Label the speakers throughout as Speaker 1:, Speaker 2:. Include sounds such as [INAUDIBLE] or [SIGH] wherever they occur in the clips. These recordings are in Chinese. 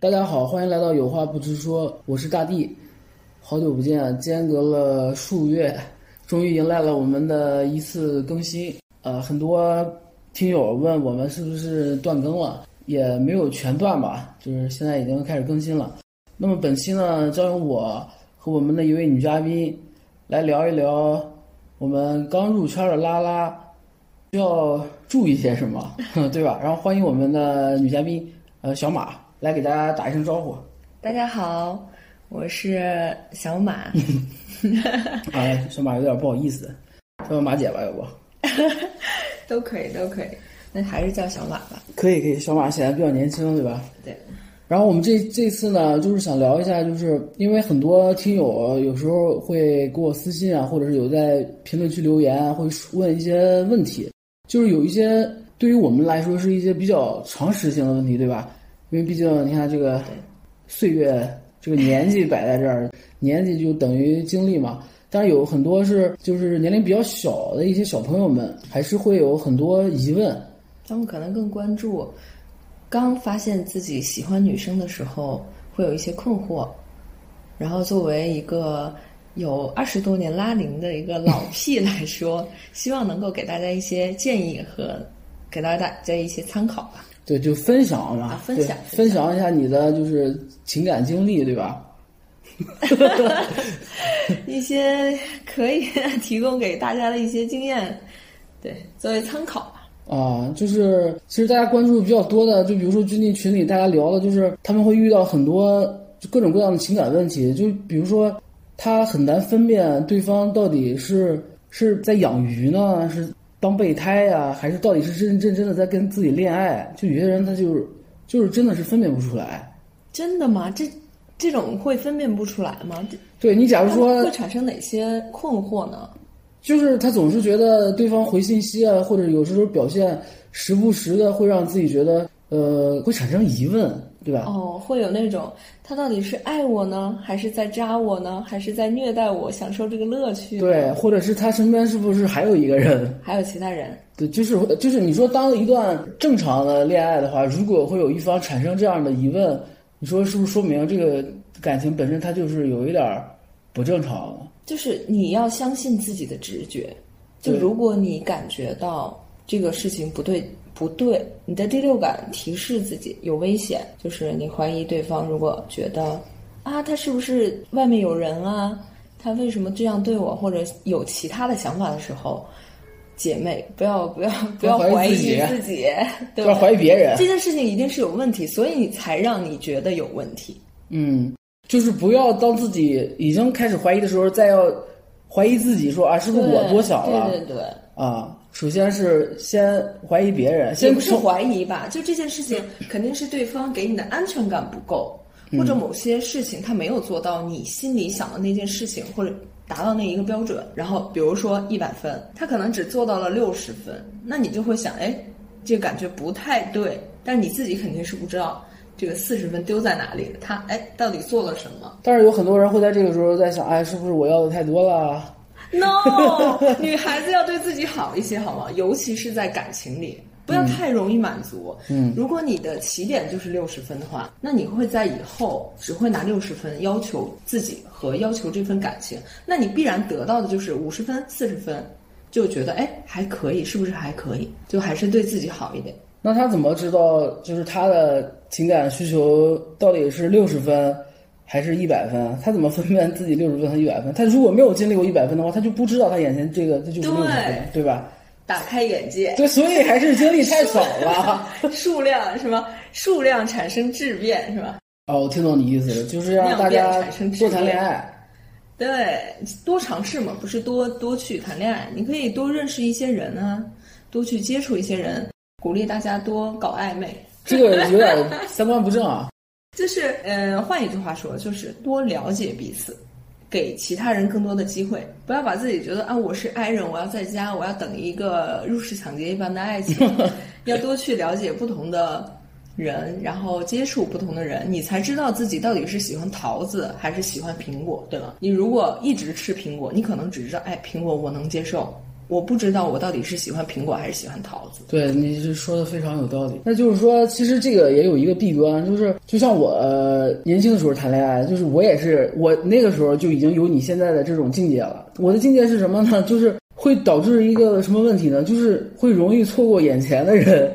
Speaker 1: 大家好，欢迎来到有话不直说，我是大地，好久不见啊，间隔了数月，终于迎来了我们的一次更新。呃，很多听友问我们是不是断更了，也没有全断吧，就是现在已经开始更新了。那么本期呢，将由我和我们的一位女嘉宾来聊一聊我们刚入圈的拉拉需要注意些什么， [LAUGHS] 对吧？然后欢迎我们的女嘉宾呃小马来给大家打一声招呼。
Speaker 2: 大家好，我是小 [LAUGHS] 马。
Speaker 1: 哎，小马有点不好意思，叫马姐吧，要不？
Speaker 2: 都可以，都可以。那还是叫小马吧。
Speaker 1: 可以，可以，小马显得比较年轻，对吧？
Speaker 2: 对。
Speaker 1: 然后我们这这次呢，就是想聊一下，就是因为很多听友有时候会给我私信啊，或者是有在评论区留言啊，会问一些问题，就是有一些对于我们来说是一些比较常识性的问题，对吧？因为毕竟你看这个岁月，这个年纪摆在这儿，年纪就等于经历嘛。但是有很多是就是年龄比较小的一些小朋友们，还是会有很多疑问。
Speaker 2: 他们可能更关注刚发现自己喜欢女生的时候，会有一些困惑。然后作为一个有二十多年拉龄的一个老 [LAUGHS] 屁来说，希望能够给大家一些建议和给大家一些参考吧。
Speaker 1: 对，就分享嘛，
Speaker 2: 啊分
Speaker 1: 对
Speaker 2: 享
Speaker 1: 分享一下你的就是情感经历，对吧？
Speaker 2: [LAUGHS] 一些可以提供给大家的一些经验，对，作为参考吧。
Speaker 1: 啊，就是其实大家关注比较多的，就比如说最近群里大家聊的，就是他们会遇到很多就各种各样的情感问题，就比如说他很难分辨对方到底是是在养鱼呢，是当备胎呀、还是到底是认认真的在跟自己恋爱？就有些人他就是就是真的是分辨不出来。
Speaker 2: 真的吗？这这种会分辨不出来吗？这
Speaker 1: 对你，假如
Speaker 2: 他们
Speaker 1: 说
Speaker 2: 会产生哪些困惑呢？
Speaker 1: 就是他总是觉得对方回信息啊，或者有时候表现时不时的会让自己觉得呃会产生疑问，对吧？
Speaker 2: 哦，会有那种他到底是爱我呢，还是在扎我呢，还是在虐待我，享受这个乐趣呢？
Speaker 1: 对，或者是他身边是不是还有一个人？
Speaker 2: 还有其他人，
Speaker 1: 对，就是就是你说，当一段正常的恋爱的话，如果会有一方产生这样的疑问，你说是不是说明这个感情本身它就是有一点儿不正常了？
Speaker 2: 就是你要相信自己的直觉。就
Speaker 1: 对
Speaker 2: 如果你感觉到这个事情不对不对，你的第六感提示自己有危险，就是你怀疑对方，如果觉得啊，他是不是外面有人啊？他为什么这样对我？或者有其他的想法的时候，姐妹不要
Speaker 1: [LAUGHS]
Speaker 2: 不要不要
Speaker 1: 不要怀
Speaker 2: 怀
Speaker 1: 疑
Speaker 2: 疑
Speaker 1: 自己
Speaker 2: 自己，对
Speaker 1: 要
Speaker 2: 吧？
Speaker 1: 怀疑别人
Speaker 2: 这，件事情一定是有问题，所以你才让你觉得有问题。
Speaker 1: 嗯，就是不要当自己已经开始怀疑的时候，再要怀疑自己说啊，是不是我多想了？
Speaker 2: 对对对，
Speaker 1: 啊，首先是先怀疑别人，
Speaker 2: 也
Speaker 1: 先
Speaker 2: 不是嗯
Speaker 1: 从
Speaker 2: 怀疑吧，就这件事情肯定是对方给你的安全感不够，或者某些事情他没有做到你心里想的那件事情，或者达到那一个标准。然后比如说一百分，他可能只做到了六十分，那你就会想，哎，这个感觉不太对，但你自己肯定是不知道这个四十分丢在哪里，他哎到底做了什么。
Speaker 1: 但是有很多人会在这个时候在想，哎，是不是我要的太多了？
Speaker 2: No，女 [LAUGHS] 孩子要对自己好一些，好吗？尤其是在感情里，不要太容易满足。
Speaker 1: 嗯
Speaker 2: 如果你的起点就是六十分的话，那你会在以后只会拿六十分要求自己和要求这份感情，那你必然得到的就是五十分、四十分，就觉得哎还可以，是不是还可以？就还是对自己好一点。
Speaker 1: 那他怎么知道就是他的情感需求到底是六十分还是一百分？他怎么分辨自己六十分和一百分？他如果没有经历过一百分的话，他就不知道他眼前这个这就是六十分，对吧？
Speaker 2: 打开眼界，
Speaker 1: 对，所以还是经历太少了。
Speaker 2: 数量什么？数量产生质变是吧？
Speaker 1: 哦，我听懂你意思了，就是让大
Speaker 2: 量
Speaker 1: 家
Speaker 2: 变产生质
Speaker 1: 多谈
Speaker 2: 变
Speaker 1: 恋爱。
Speaker 2: 对，多尝试嘛，不是多多去谈恋爱，你可以多认识一些人啊，多去接触一些人，鼓励大家多搞暧昧。
Speaker 1: 这个有点三观不正啊。
Speaker 2: 就是，呃，换一句话说，就是多了解彼此，给其他人更多的机会，不要把自己觉得啊，我是 i 人，我要在家，我要等一个入室抢劫一般的爱情，要多去了解不同的人，然后接触不同的人，你才知道自己到底是喜欢桃子还是喜欢苹果，对吧？你如果一直吃苹果，你可能只知道，哎，苹果我能接受，我不知道我到底是喜欢苹果还是喜欢桃子。
Speaker 1: 对，你这说的非常有道理。那就是说，其实这个也有一个弊端，就是就像我、呃年轻的时候谈恋爱，就是我也是我那个时候就已经有你现在的这种境界了。我的境界是什么呢？就是会导致一个什么问题呢？就是会容易错过眼前的人。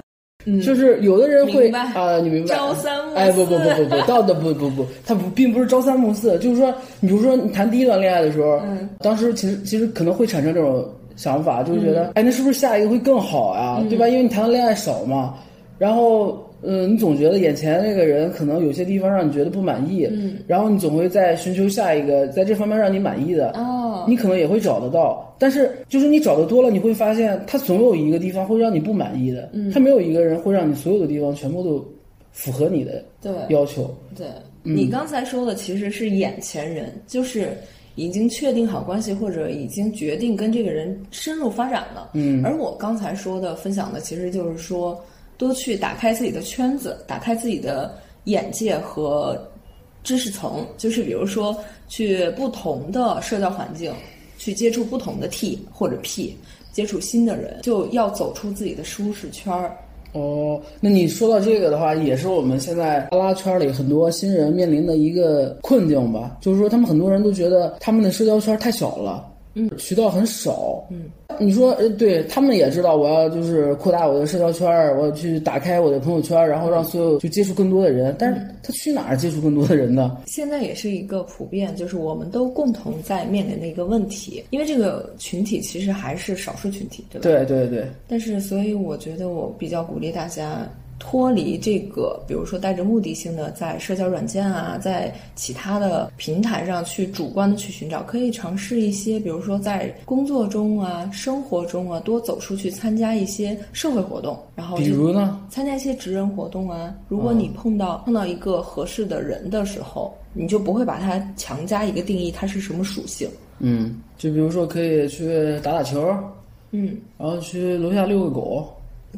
Speaker 2: 嗯
Speaker 1: 就是有的人会
Speaker 2: 明白
Speaker 1: 啊、你明白？
Speaker 2: 朝三暮四
Speaker 1: 哎，不不不不不，到的不不不，他不并不是朝三暮四，就是说，你比如说你谈第一段恋爱的时候，
Speaker 2: 嗯
Speaker 1: 当时其实其实可能会产生这种想法，就是觉
Speaker 2: 嗯
Speaker 1: 得，哎，那是不是下一个会更好呀、对吧？因为你谈的恋爱少嘛，然后，嗯、你总觉得眼前那个人可能有些地方让你觉得不满意，
Speaker 2: 嗯，
Speaker 1: 然后你总会在寻求下一个在这方面让你满意的，
Speaker 2: 哦，
Speaker 1: 你可能也会找得到，但是就是你找的多了，你会发现它总有一个地方会让你不满意的，嗯，它没有一个人会让你所有的地方全部都符合你的
Speaker 2: 对
Speaker 1: 要求，
Speaker 2: 对、你刚才说的其实是眼前人，就是已经确定好关系或者已经决定跟这个人深入发展了。
Speaker 1: 嗯，
Speaker 2: 而我刚才说的分享的其实就是说，多去打开自己的圈子，打开自己的眼界和知识层，就是比如说去不同的社交环境，去接触不同的 T 或者 P，接触新的人，就要走出自己的舒适圈儿。
Speaker 1: 哦，那你说到这个的话，也是我们现在拉拉圈里很多新人面临的一个困境吧，就是说他们很多人都觉得他们的社交圈太小了。嗯，渠道很少。嗯，你说，呃，对他们也知道，我要就是扩大我的社交圈儿，我要去打开我的朋友圈儿，然后让所有去接触更多的人。但是他去哪儿接触更多的人呢？
Speaker 2: 现在也是一个普遍，就是我们都共同在面临的一个问题，因为这个群体其实还是少数群体，对吧？
Speaker 1: 对对对，
Speaker 2: 但是，所以我觉得我比较鼓励大家脱离这个，比如说带着目的性的在社交软件啊，在其他的平台上去主观的去寻找，可以尝试一些，比如说在工作中啊、生活中啊，多走出去参加一些社会活动，然后就
Speaker 1: 比如呢？
Speaker 2: 参加一些职人活动啊，如果你碰到、碰到一个合适的人的时候，你就不会把它强加一个定义，它是什么属性。
Speaker 1: 嗯，就比如说可以去打打球，
Speaker 2: 嗯，
Speaker 1: 然后去楼下遛个狗，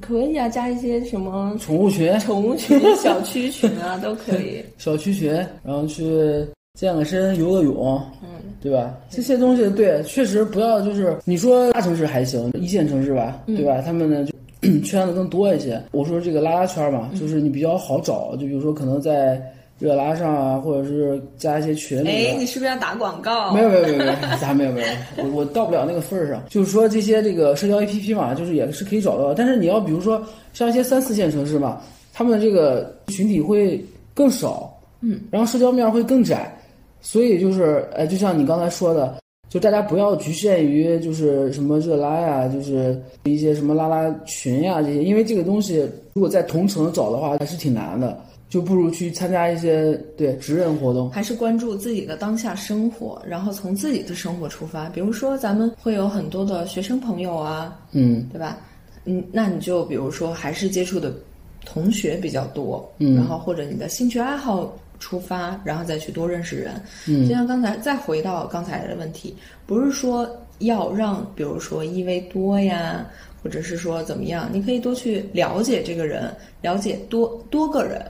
Speaker 2: 可以啊，加一些什么
Speaker 1: 宠物群、
Speaker 2: 宠物群、小区群 [LAUGHS] 啊，都可以。
Speaker 1: 小区群，然后去健个身、游个泳，
Speaker 2: 嗯，
Speaker 1: 对吧？这些东西，对，确实不要就是你说大城市还行，一线城市吧，
Speaker 2: 嗯
Speaker 1: 对吧？他们呢就 [CLEARS THROAT] 圈子更多一些。我说这个拉拉圈嘛，
Speaker 2: 嗯
Speaker 1: 就是你比较好找，就比如说可能在热拉上啊，或者是加一些群里
Speaker 2: 哎，
Speaker 1: 面。
Speaker 2: 你是不是要打广告？
Speaker 1: 没有没有没有没有，咱没有没有，我我到不了那个份儿上。就是说这些这个社交 APP 嘛，就是也是可以找到的，但是你要比如说像一些三四线城市嘛，他们这个群体会更少，
Speaker 2: 嗯，
Speaker 1: 然后社交面会更窄，所以就是哎，就像你刚才说的。就大家不要局限于就是什么热拉呀，就是一些什么拉拉群呀这些，因为这个东西如果在同城找的话还是挺难的，就不如去参加一些对职人活动。
Speaker 2: 还是关注自己的当下生活，然后从自己的生活出发。比如说，咱们会有很多的学生朋友啊，
Speaker 1: 嗯
Speaker 2: 对吧？嗯，那你就比如说还是接触的同学比较多，
Speaker 1: 嗯
Speaker 2: 然后或者你的兴趣爱好出发，然后再去多认识人。
Speaker 1: 嗯
Speaker 2: 就像刚才再回到刚才的问题，不是说要让比如说一 v 多呀，或者是说怎么样，你可以多去了解这个人，了解多多个人，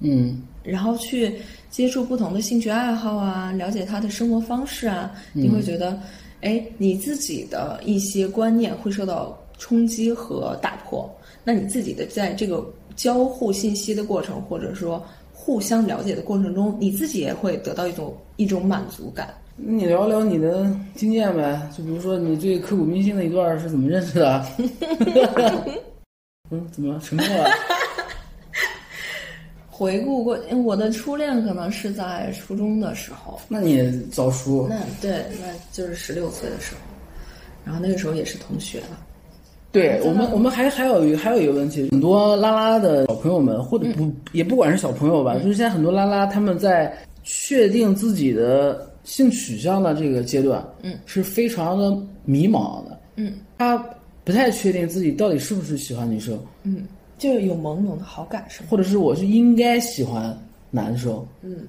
Speaker 1: 嗯，
Speaker 2: 然后去接触不同的兴趣爱好啊，了解他的生活方式啊，你会觉得，哎，你自己的一些观念会受到冲击和打破。那你自己的在这个交互信息的过程，或者说互相了解的过程中，你自己也会得到一种一种满足感。
Speaker 1: 那你聊聊你的经验呗，就比如说你最刻骨铭心的一段是怎么认识的？ [LAUGHS] 嗯，怎么沉默了？
Speaker 2: 回顾过哎我的初恋，可能是在初中的时候，
Speaker 1: 那你早熟，
Speaker 2: 那对，那就是十六岁的时候，然后那个时候也是同学了。
Speaker 1: 对我们，我们还还有一个还有一个问题，很多拉拉的小朋友们，或者
Speaker 2: 嗯
Speaker 1: 不、也不管是小朋友吧，就是现在很多拉拉他们在确定自己的性取向的这个阶段，
Speaker 2: 嗯，
Speaker 1: 是非常的迷茫的，
Speaker 2: 嗯，
Speaker 1: 他不太确定自己到底是不是喜欢女生，
Speaker 2: 嗯，就是有朦胧的好感是吗？
Speaker 1: 或者是我是应该喜欢男生，
Speaker 2: 嗯，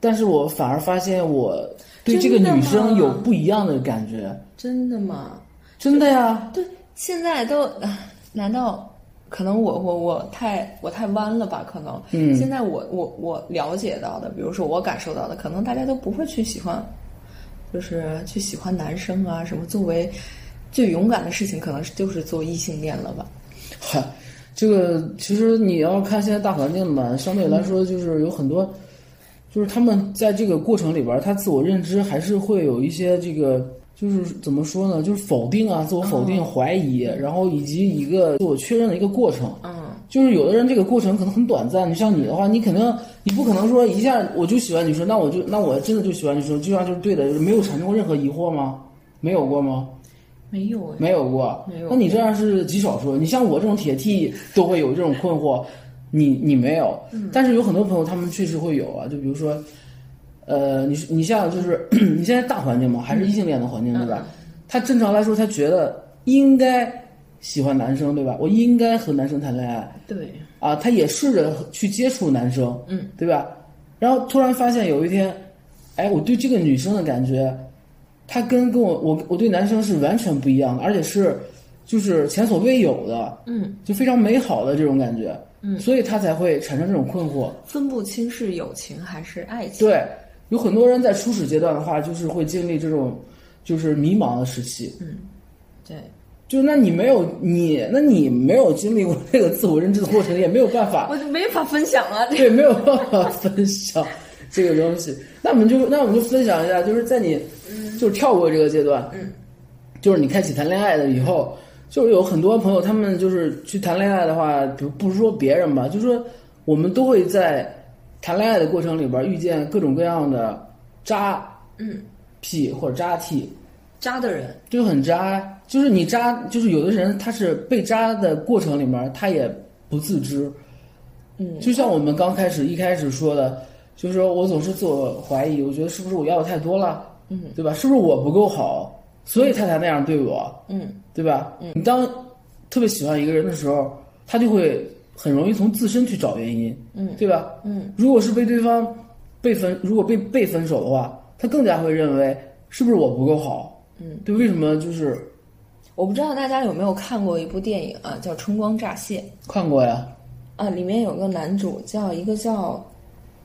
Speaker 1: 但是我反而发现我对这个
Speaker 2: 真的吗
Speaker 1: 女生有不一样的感觉，
Speaker 2: 真的吗？
Speaker 1: 真的呀，
Speaker 2: 对，现在都，啊难道可能我我我太我太弯了吧？可能，
Speaker 1: 嗯
Speaker 2: 现在我我我了解到的，比如说我感受到的，可能大家都不会去喜欢，就是去喜欢男生啊，什么作为最勇敢的事情可能是就是做异性恋了吧？
Speaker 1: 嗨， [LAUGHS] 这个其实你要看现在大环境吧，相对来说就是有很多，就是他们在这个过程里边儿，他自我认知还是会有一些这个，就是怎么说呢，就是否定啊，自我否定、怀疑，然后以及一个自我确认的一个过程。
Speaker 2: 嗯，
Speaker 1: 就是有的人这个过程可能很短暂，你像你的话，你肯定你不可能说一下我就喜欢女生，那我就那我真的就喜欢女生，这样就是对的，没有产生过任何疑惑吗？没有过吗？
Speaker 2: 没有哎，
Speaker 1: 没有过，
Speaker 2: 没有
Speaker 1: 那你这样是极少数。你像我这种铁 T 都会有这种困惑，你你没有，
Speaker 2: 嗯
Speaker 1: 但是有很多朋友他们确实会有啊。就比如说，呃，你你像就是 [CLEARS THROAT] 你现在大环境嘛，还是异性恋的环境对
Speaker 2: 嗯
Speaker 1: 吧？他正常来说，他觉得应该喜欢男生对吧？我应该和男生谈恋爱
Speaker 2: 对，
Speaker 1: 啊，他也试着去接触男生，
Speaker 2: 嗯，
Speaker 1: 对吧？然后突然发现有一天，哎，我对这个女生的感觉，她跟跟我我我对男生是完全不一样的，而且是就是前所未有的，
Speaker 2: 嗯，
Speaker 1: 就非常美好的这种感觉，嗯，所以她才会产生这种困惑。
Speaker 2: 分不清是友情还是爱情。
Speaker 1: 对，有很多人在初始阶段的话，就是会经历这种就是迷茫的时期。
Speaker 2: 嗯对
Speaker 1: 就是那你没有你，那你没有经历过这个自我认知的过程，也没有办法
Speaker 2: 我就没法分享啊，
Speaker 1: [LAUGHS]
Speaker 2: 这
Speaker 1: 对，没有办法分
Speaker 2: [LAUGHS]
Speaker 1: 享这个东西。那我们就那我们就分享一下，就是在你就是跳过这个阶段，
Speaker 2: 嗯
Speaker 1: 就是你开启谈恋爱了以后，就是有很多朋友他们就是去谈恋爱的话，比如不是说别人吧，就说我们都会在谈恋爱的过程里边遇见各种各样的渣
Speaker 2: 嗯，
Speaker 1: P 或者渣 T，
Speaker 2: 渣的人，
Speaker 1: 就很渣。就是你渣，就是有的人他是被渣的过程里面，他也不自知。
Speaker 2: 嗯，
Speaker 1: 就像我们刚开始一开始说的，就是说我总是自我怀疑，我觉得是不是我要的太多了，
Speaker 2: 嗯，
Speaker 1: 对吧？是不是我不够好，所以他才那样对我，
Speaker 2: 嗯
Speaker 1: 对吧？嗯，你当特别喜欢一个人的时候，他就会很容易从自身去找原因，
Speaker 2: 嗯，
Speaker 1: 对吧？
Speaker 2: 嗯，
Speaker 1: 如果是被对方被分，如果被被分手的话，他更加会认为是不是我不够好，
Speaker 2: 嗯，
Speaker 1: 对，为什么就是
Speaker 2: 我不知道大家有没有看过一部电影啊，叫《春光乍泄》
Speaker 1: 看过呀？
Speaker 2: 啊，里面有个男主叫一个叫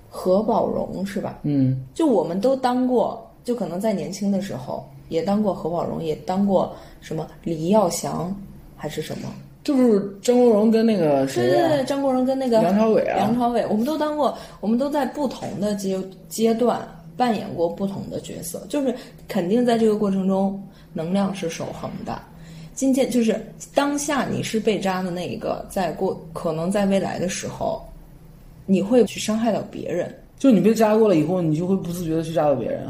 Speaker 2: 何宝荣是吧？
Speaker 1: 嗯
Speaker 2: 就我们都当过，就可能在年轻的时候也当过何宝荣，也当过什么李耀祥还是什么？啊
Speaker 1: 就是张国荣跟那个
Speaker 2: 对
Speaker 1: 谁
Speaker 2: 对
Speaker 1: 呀、
Speaker 2: 对，张国荣跟那个
Speaker 1: 梁朝伟啊
Speaker 2: 梁朝伟，我们都当过，我们都在不同的阶阶段扮演过不同的角色，就是肯定在这个过程中能量是守恒的。今天就是当下你是被扎的那一个，在过可能在未来的时候，你会去伤害到别人，
Speaker 1: 就你被扎过了以后，你就会不自觉的去扎到别人。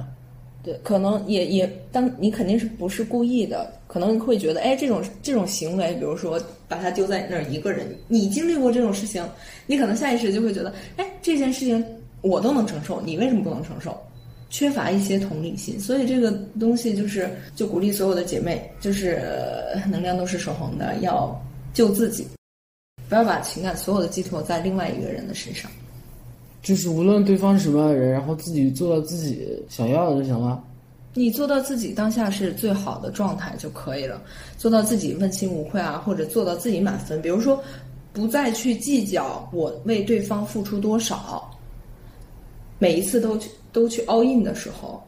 Speaker 2: 对，可能也也当你肯定是不是故意的，可能会觉得，哎，这种这种行为，比如说把他丢在那儿一个人，你经历过这种事情，你可能下意识就会觉得，哎，这件事情我都能承受，你为什么不能承受？缺乏一些同理心，所以这个东西就是就鼓励所有的姐妹，就是呃能量都是守恒的，要救自己，不要把情感所有的寄托在另外一个人的身上。
Speaker 1: 就是无论对方是什么样的人，然后自己做到自己想要的就行了。
Speaker 2: 你做到自己当下是最好的状态就可以了，做到自己问心无愧啊，或者做到自己满分。比如说，不再去计较我为对方付出多少，每一次都去都去 all in 的时候，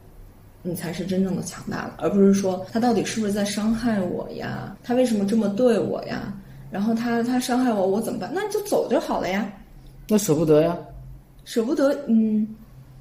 Speaker 2: 你才是真正的强大了，而不是说他到底是不是在伤害我呀？他为什么这么对我呀？然后他他伤害我，我怎么办？那你就走就好了呀，
Speaker 1: 那舍不得呀，
Speaker 2: 舍不得，嗯，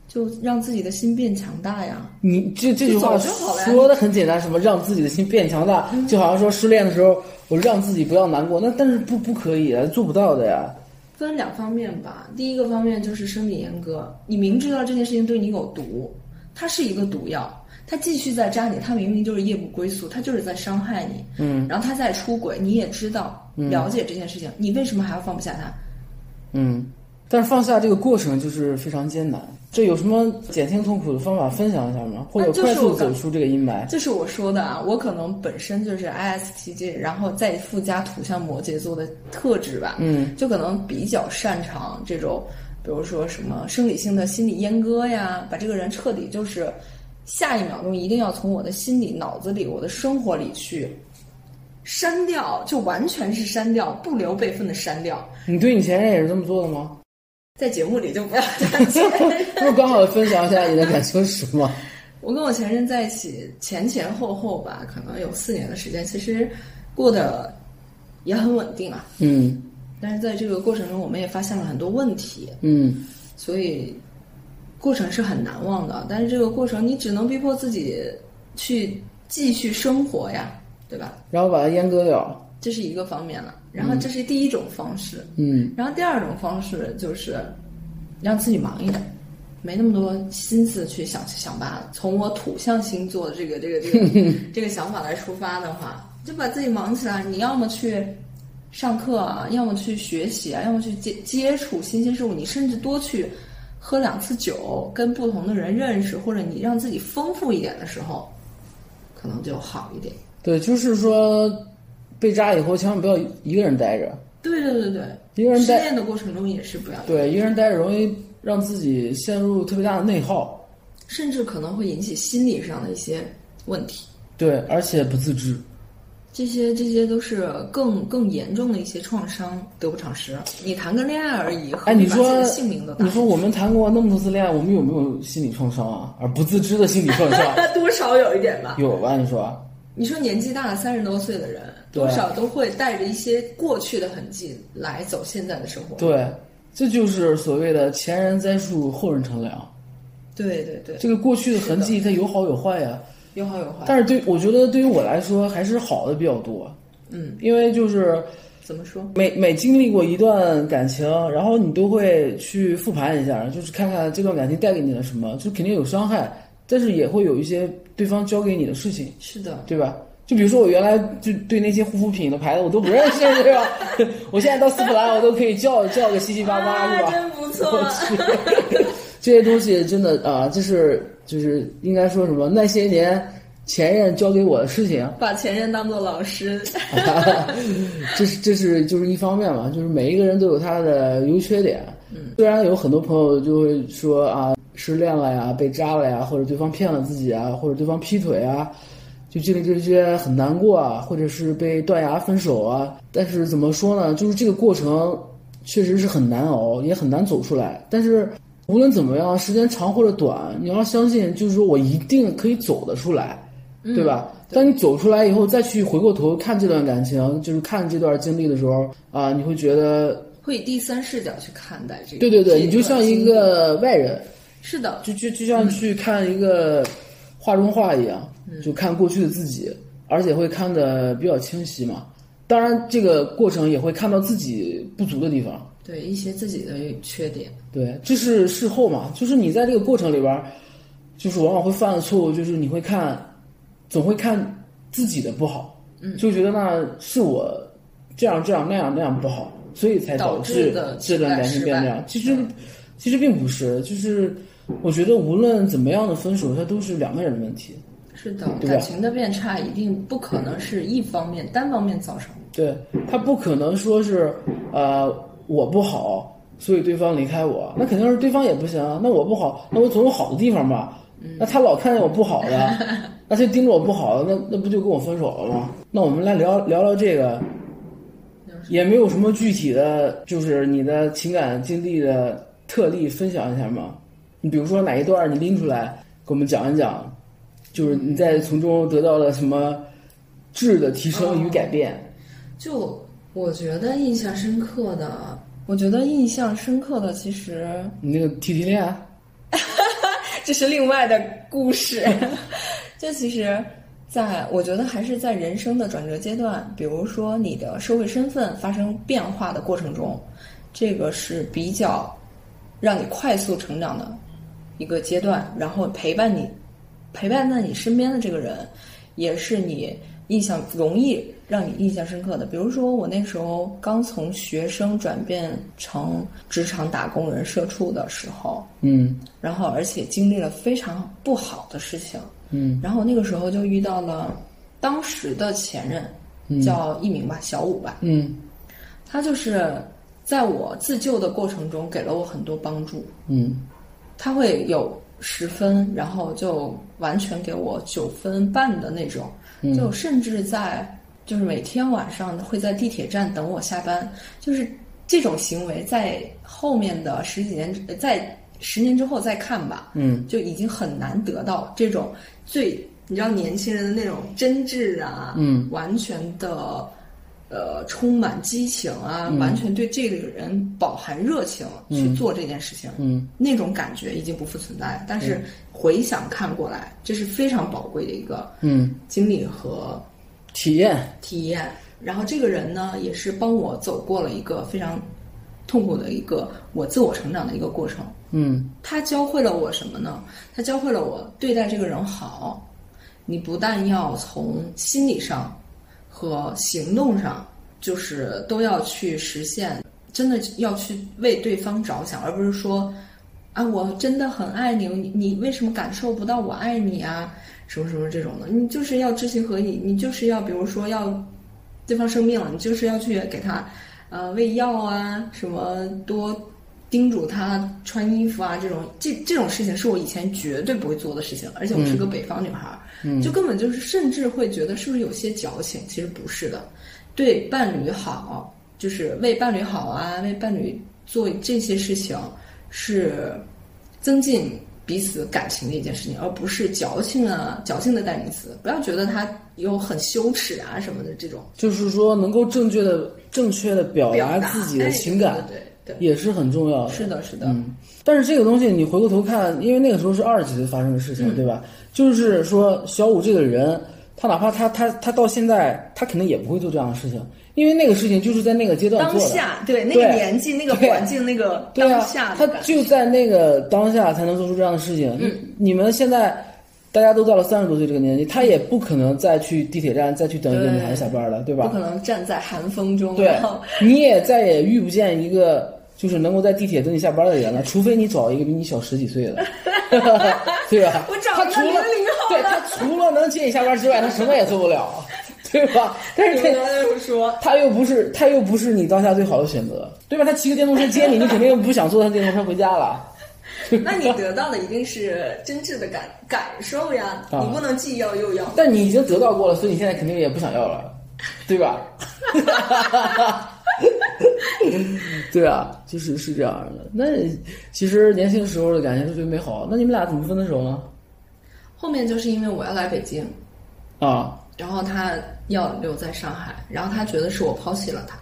Speaker 2: 就让自己的心变强大呀。
Speaker 1: 你这这句话
Speaker 2: 就走就好了呀嗯
Speaker 1: 说的很简单，什么让自己的心变强大，就好像说失恋的时候，我让自己不要难过，那但是不不可以啊，做不到的呀。
Speaker 2: 分两方面吧。第一个方面就是生理阉割，你明知道这件事情对你有毒，它是一个毒药，它继续在扎你，它明明就是夜不归宿，它就是在伤害你。
Speaker 1: 嗯，
Speaker 2: 然后它在出轨，你也知道了解这件事情，你为什么还要放不下它？
Speaker 1: 嗯，但是放下这个过程就是非常艰难。这有什么减轻痛苦的方法分享一下吗？或者
Speaker 2: 啊就是
Speaker 1: 快速
Speaker 2: 我刚
Speaker 1: 走出这个阴霾？
Speaker 2: 就是我说的啊，我可能本身就是 ISTJ，然后再附加土象摩羯座的特质吧，
Speaker 1: 嗯，
Speaker 2: 就可能比较擅长这种，比如说什么生理性的心理阉割呀，把这个人彻底就是下一秒钟一定要从我的心里、脑子里、我的生活里去删掉，就完全是删掉，不留备份的删掉，
Speaker 1: 你对你前任也是这么做的吗？
Speaker 2: 在节目里就不要讲
Speaker 1: 不是刚好分享一下你的感情史吗？
Speaker 2: 我跟我前任在一起前前后后吧，可能有四年的时间，其实过得也很稳定啊。
Speaker 1: 嗯
Speaker 2: 但是在这个过程中，我们也发现了很多问题，
Speaker 1: 嗯
Speaker 2: 所以过程是很难忘的。但是这个过程，你只能逼迫自己去继续生活呀，对吧？
Speaker 1: 然后把它阉割掉。
Speaker 2: 这是一个方面了。然后这是第一种方式，
Speaker 1: 嗯
Speaker 2: 然后第二种方式就是让自己忙一点，没那么多心思去想七想八了。从我土象星座的这个这个这个这个想法来出发的话，就把自己忙起来。你要么去上课啊，要么去学习啊，要么去接接触新鲜事物。你甚至多去喝两次酒，跟不同的人认识，或者你让自己丰富一点的时候，可能就好一点。
Speaker 1: 对，就是说被扎以后千万不要一个人待着，
Speaker 2: 对对对对，
Speaker 1: 一个人
Speaker 2: 失
Speaker 1: 待
Speaker 2: 恋的过程中也是不要
Speaker 1: 对一个人待着容易让自己陷入特别大的内耗，
Speaker 2: 甚至可能会引起心理上的一些问题。
Speaker 1: 对，而且不自知。
Speaker 2: 这些这些都是更更严重的一些创伤，得不偿失。你谈个恋爱而已，何
Speaker 1: 哎，
Speaker 2: 必
Speaker 1: 你
Speaker 2: 把自己
Speaker 1: 说
Speaker 2: 的性命都，搭
Speaker 1: 你说我们谈过那么多次恋爱，我们有没有心理创伤啊？而不自知的心理创
Speaker 2: [LAUGHS]
Speaker 1: 伤
Speaker 2: 多少有一点吧。
Speaker 1: 有吧？你说，
Speaker 2: 你说年纪大了三十多岁的人，
Speaker 1: 对
Speaker 2: 多少都会带着一些过去的痕迹来走现在的生活。
Speaker 1: 对，这就是所谓的前人栽树，后人乘凉。
Speaker 2: 对对对，
Speaker 1: 这个过去的痕迹，它有好有坏呀、
Speaker 2: 有好有坏。
Speaker 1: 但是对，我觉得对于我来说，还是好的比较多。
Speaker 2: 嗯，
Speaker 1: 因为就是
Speaker 2: 怎么说？
Speaker 1: 每每经历过一段感情，然后你都会去复盘一下，就是看看这段感情带给你了什么，就肯定有伤害，但是也会有一些对方教给你的事情，
Speaker 2: 是的，
Speaker 1: 对吧？就比如说我原来就对那些护肤品的牌子我都不认识，对吧？ [LAUGHS] 我现在到丝芙兰我都可以叫叫个七七八八，是吧？
Speaker 2: 啊真不错。
Speaker 1: [LAUGHS] 这些东西真的啊，这是就是应该说什么？那些年前任教给我的事情，
Speaker 2: 把前任当做老师， [LAUGHS]
Speaker 1: [LAUGHS] 这是这是就是一方面嘛，就是每一个人都有他的优缺点。嗯，虽然有很多朋友就会说啊，失恋了呀，被渣了呀，或者对方骗了自己啊，或者对方劈腿啊，就经历这些很难过啊，或者是被断崖分手啊。但是怎么说呢，就是这个过程确实是很难熬，也很难走出来。但是无论怎么样，时间长或者短，你要相信，就是说我一定可以走得出来。对吧？当你走出来以后，再去回过头看这段感情，就是看这段经历的时候，啊、你会觉得，
Speaker 2: 会以第三视角去看待这个。
Speaker 1: 对对
Speaker 2: 这
Speaker 1: 对，你就
Speaker 2: 段
Speaker 1: 像一
Speaker 2: 经历
Speaker 1: 个外人，
Speaker 2: 是的，
Speaker 1: 就就就像去看一个画中画一样，就看过去的自己，而且会看得比较清晰嘛。当然，这个过程也会看到自己不足的地方，
Speaker 2: 对一些自己的缺点，
Speaker 1: 对，这是事后嘛，就是你在这个过程里边儿，就是往往会犯的错误，就是你会看，总会看自己的不好，嗯，就觉得那是我这样这样那样那样不好，所以才导
Speaker 2: 导致
Speaker 1: 致
Speaker 2: 的情
Speaker 1: 这段
Speaker 2: 感
Speaker 1: 感情
Speaker 2: 失
Speaker 1: 变
Speaker 2: 败嗯
Speaker 1: 这样。其实其实并不是，就是我觉得无论怎么样的分手，它都是两个人的问题。
Speaker 2: 是的，
Speaker 1: 对吧
Speaker 2: 感情的变差一定不可能是一方面单方面造成的。
Speaker 1: 对他不可能说是呃我不好，所以对方离开我，那肯定是对方也不行啊。那我不好，那我总有好的地方吧？那他老看见我不好的， [LAUGHS] 那就盯着我不好的，那那不就跟我分手了吗？那我们来聊聊聊这个，也没有什么具体的，就是你的情感经历的特例分享一下吗？你比如说哪一段你拎出来给我们讲一讲，就是你在从中得到了什么质的提升与改变？
Speaker 2: 就我觉得印象深刻的，我觉得印象深刻的其实
Speaker 1: 你那个 T T 恋，
Speaker 2: [LAUGHS] 这是另外的故事。就其实在，我觉得还是在人生的转折阶段，比如说你的社会身份发生变化的过程中，这个是比较让你快速成长的一个阶段。然后陪伴你，陪伴在你身边的这个人，也是你印象容易让你印象深刻的。比如说，我那时候刚从学生转变成职场打工人、社畜的时候，
Speaker 1: 嗯
Speaker 2: 然后而且经历了非常不好的事情，
Speaker 1: 嗯
Speaker 2: 然后那个时候就遇到了当时的前任，叫艺名吧，小五吧，
Speaker 1: 嗯
Speaker 2: 他就是在我自救的过程中给了我很多帮助，
Speaker 1: 嗯
Speaker 2: 他会有十分，然后就完全给我九分半的那种，就甚至在就是每天晚上会在地铁站等我下班，就是这种行为在后面的十几年，呃在十年之后再看吧，
Speaker 1: 嗯，
Speaker 2: 就已经很难得到这种最你知道年轻人的那种真挚啊，
Speaker 1: 嗯，
Speaker 2: 完全的呃充满激情啊，
Speaker 1: 嗯
Speaker 2: 完全对这个人饱含热情去做这件事情，
Speaker 1: 嗯，
Speaker 2: 那种感觉已经不复存在了。但是回想看过来，这是非常宝贵的一个
Speaker 1: 嗯，
Speaker 2: 经历和
Speaker 1: 体验，
Speaker 2: 体验。然后这个人呢，也是帮我走过了一个非常痛苦的一个我自我成长的一个过程。
Speaker 1: 嗯
Speaker 2: 他教会了我什么呢？他教会了我对待这个人好，你不但要从心理上和行动上，就是都要去实现，真的要去为对方着想，而不是说啊，我真的很爱你，你你为什么感受不到我爱你啊？什么什么这种的，你就是要知行合一，你就是要比如说要对方生病了，你就是要去给他呃喂药啊，什么多叮嘱他穿衣服啊，这种这这种事情是我以前绝对不会做的事情，而且我是个北方女孩，嗯、就根本就是甚至会觉得是不是有些矫情，其实不是的，对伴侣好，就是为伴侣好啊，为伴侣做这些事情是增进彼此感情的一件事情，而不是矫情啊矫情的代名词，不要觉得他有很羞耻啊什么的这种。
Speaker 1: 就是说能够正确的、正确的表达自己的情感，
Speaker 2: 哎对对对
Speaker 1: 也是很重要的。
Speaker 2: 是的，是的，
Speaker 1: 嗯，但是这个东西你回过头看，因为那个时候是二十几岁发生的事情，对吧？就是说小五这个人，他哪怕他他他到现在，他肯定也不会做这样的事情，因为那个事情就是在那个阶段
Speaker 2: 当
Speaker 1: 做的。
Speaker 2: 下对那个
Speaker 1: 对
Speaker 2: 年纪、那个
Speaker 1: 对
Speaker 2: 环境、那个
Speaker 1: 对
Speaker 2: 当
Speaker 1: 啊
Speaker 2: 下，
Speaker 1: 他
Speaker 2: 的感觉，
Speaker 1: 就在那个当下才能做出这样的事情。嗯，你们现在大家都到了三十多岁这个年纪，他也不可能再去地铁站再去等一个女孩子下班了，对
Speaker 2: 不
Speaker 1: 吧
Speaker 2: 可？能哦站在寒风中，
Speaker 1: 对
Speaker 2: 然 [LAUGHS] 后，
Speaker 1: 你也再也遇不见一个就是能够在地铁等你下班的人了，除非你找一个比你小十几岁
Speaker 2: [LAUGHS]
Speaker 1: 的，对吧？
Speaker 2: 我找
Speaker 1: 他
Speaker 2: 一
Speaker 1: 除
Speaker 2: 个
Speaker 1: 了
Speaker 2: 00后
Speaker 1: 对
Speaker 2: 的
Speaker 1: 他除了能接你下班之外，他什么也做不了， [LAUGHS] 对吧？但是
Speaker 2: 你
Speaker 1: 这
Speaker 2: 们啊就是说， [LAUGHS]
Speaker 1: 他又不是他又不是你当下最好的选择，对吧？他骑个电动车接你，你肯定不想坐他电动车回家了。
Speaker 2: 那你得到的一定是真挚的感感受呀，
Speaker 1: 啊
Speaker 2: 你不能既要又要。
Speaker 1: 但你已经得到过了，所以你现在肯定也不想要了，对 [LAUGHS] 吧？对啊，就是是这样的。那其实年轻时候的感情是最美好。那你们俩怎么分的手呢？
Speaker 2: 后面就是因为我要来北京，
Speaker 1: 啊，
Speaker 2: 然后他要留在上海，然后他觉得是我抛弃了他。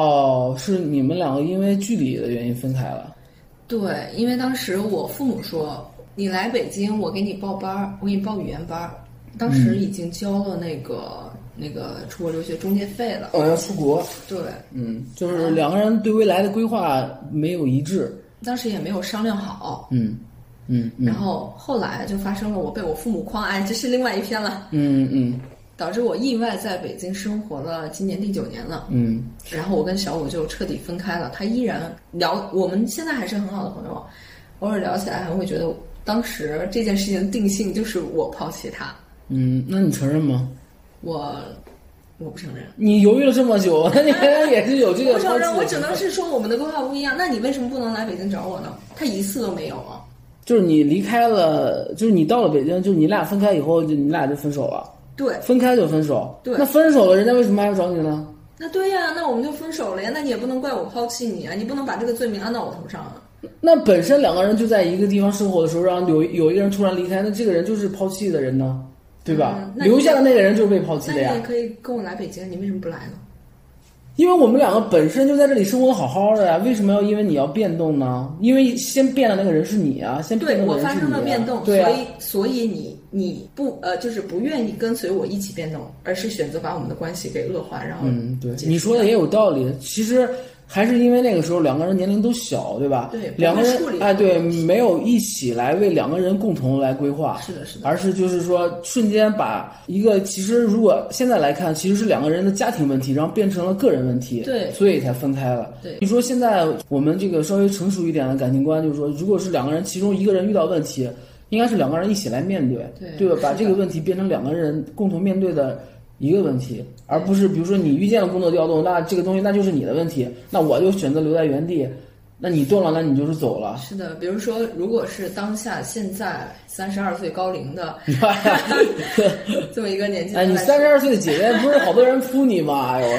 Speaker 1: 哦，是你们两个因为距离的原因分开了。
Speaker 2: 对，因为当时我父母说，你来北京，我给你报班儿，我给你报语言班儿。当
Speaker 1: 嗯
Speaker 2: 时已经交了那个、那个出国留学中介费了。
Speaker 1: 哦，要出国。
Speaker 2: 对，
Speaker 1: 嗯，就是两个人对未来的规划没有一致。
Speaker 2: 当时也没有商量好。
Speaker 1: 嗯，嗯嗯
Speaker 2: 然后后来就发生了我被我父母诓，哎，这是另外一篇了，
Speaker 1: 嗯嗯
Speaker 2: 导致我意外在北京生活了今年第九年了。
Speaker 1: 嗯
Speaker 2: 然后我跟小五就彻底分开了。他依然聊，我们现在还是很好的朋友，偶尔聊起来还会觉得当时这件事情的定性就是我抛弃他，
Speaker 1: 嗯，那你承认吗？
Speaker 2: 我我不承认，
Speaker 1: 你犹豫了这么久，那你肯定也是有这
Speaker 2: 我
Speaker 1: 个
Speaker 2: 不承
Speaker 1: 抛弃的
Speaker 2: 认，我只
Speaker 1: 情况
Speaker 2: 能是说我们的规划不一样。那你为什么不能来北京找我呢？他一次都没有啊。
Speaker 1: 就是你离开了，就是你到了北京，就是你俩分开以后，就你俩就分手了，
Speaker 2: 对，
Speaker 1: 分开就分手。
Speaker 2: 对
Speaker 1: 那分手了，人家为什么还要找你呢？
Speaker 2: 那对呀、那我们就分手了呀。那你也不能怪我抛弃你啊，你不能把这个罪名安到我头上啊。
Speaker 1: 那本身两个人就在一个地方生活的时候，让有有一个人突然离开，那这个人就是抛弃的人呢，对吧？
Speaker 2: 嗯那你
Speaker 1: 留下的那个人哦就是被抛弃
Speaker 2: 那
Speaker 1: 的呀
Speaker 2: 你也，可以跟我来北京，你为什么不来呢？
Speaker 1: 因为我们两个本身就在这里生活的好好的呀，为什么要因为你要变动呢？因为先变的那个人是你啊，先变
Speaker 2: 对
Speaker 1: 动
Speaker 2: 我
Speaker 1: 的人
Speaker 2: 发
Speaker 1: 是
Speaker 2: 生
Speaker 1: 你、
Speaker 2: 了
Speaker 1: 啊，
Speaker 2: 变动，
Speaker 1: 对啊
Speaker 2: 所以所以你你不呃就是不愿意跟随我一起变动，而是选择把我们的关系给恶化，然后
Speaker 1: 嗯，对，
Speaker 2: 结束
Speaker 1: 你说的也有道理。其实还是因为那个时候两个人年龄都小，对吧？
Speaker 2: 对
Speaker 1: 两个
Speaker 2: 不会处
Speaker 1: 人
Speaker 2: 理
Speaker 1: 哎，对，没有一起来为两个人共同来规划，
Speaker 2: 是的是的
Speaker 1: 而是就是说瞬间把一个其实如果现在来看，其实是两个人的家庭问题，然后变成了个人问题，
Speaker 2: 对
Speaker 1: 所以才分开了。
Speaker 2: 对
Speaker 1: 你说现在我们这个稍微成熟一点的感情观，就是说，如果是两个人其中一个人遇到问题。应该是两个人一起来面对，
Speaker 2: 对
Speaker 1: 吧？
Speaker 2: 是
Speaker 1: 把
Speaker 2: 的
Speaker 1: 这个问题变成两个人共同面对的一个问题，而不是比如说你遇见了工作调动，那这个东西那就是你的问题，那我就选择留在原地，那你动了，那你就是走
Speaker 2: [LAUGHS]
Speaker 1: 了。
Speaker 2: 是的，比如说，如果是当下现在三十二岁高龄
Speaker 1: [LAUGHS]
Speaker 2: 的这么一个年纪的
Speaker 1: 哎，
Speaker 2: 来
Speaker 1: [LAUGHS]
Speaker 2: 说，
Speaker 1: 你三十二岁的姐姐，不是好多人扑你吗？哎呦，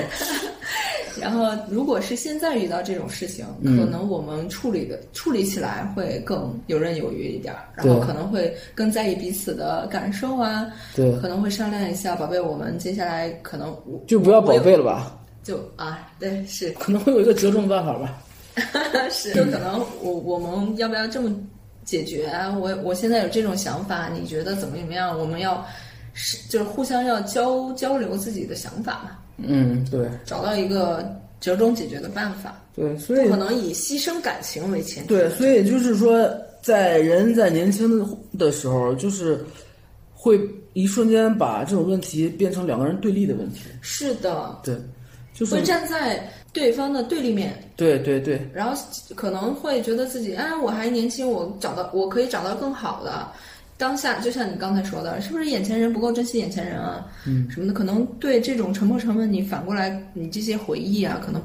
Speaker 2: 然后，如果是现在遇到这种事情，
Speaker 1: 嗯
Speaker 2: 可能我们处理的处理起来会更游刃有余一点儿，然后
Speaker 1: 对
Speaker 2: 可能会更在意彼此的感受啊，
Speaker 1: 对
Speaker 2: 可能会商量一下，宝贝，我们接下来可能我
Speaker 1: 就不要宝
Speaker 2: 我有
Speaker 1: 贝了吧，
Speaker 2: 就啊，对，是
Speaker 1: [LAUGHS]
Speaker 2: [LAUGHS]
Speaker 1: 可能会有一个折中办法吧。
Speaker 2: 是，
Speaker 1: 嗯
Speaker 2: 就可能我我们要不要这么解决啊？我我现在有这种想法，你觉得怎么怎么样？我们要是就是互相要交交流自己的想法嘛，
Speaker 1: 嗯，对
Speaker 2: 找到一个折中解决的办法。
Speaker 1: 对，所
Speaker 2: 不
Speaker 1: 以
Speaker 2: 可能以牺牲感情为前提。
Speaker 1: 对，所以就是说，在人在年轻的时候，就是会一瞬间把这种问题变成两个人对立的问题。
Speaker 2: 是的，
Speaker 1: 对，就是
Speaker 2: 会站在对方的对立面，
Speaker 1: 对对对
Speaker 2: 然后可能会觉得自己，哎，我还年轻，我找到我可以找到更好的。当下就像你刚才说的，是不是眼前人不够珍惜眼前人啊？嗯，什么的，可能对这种沉没成本，你反过来，你这些回忆啊，可能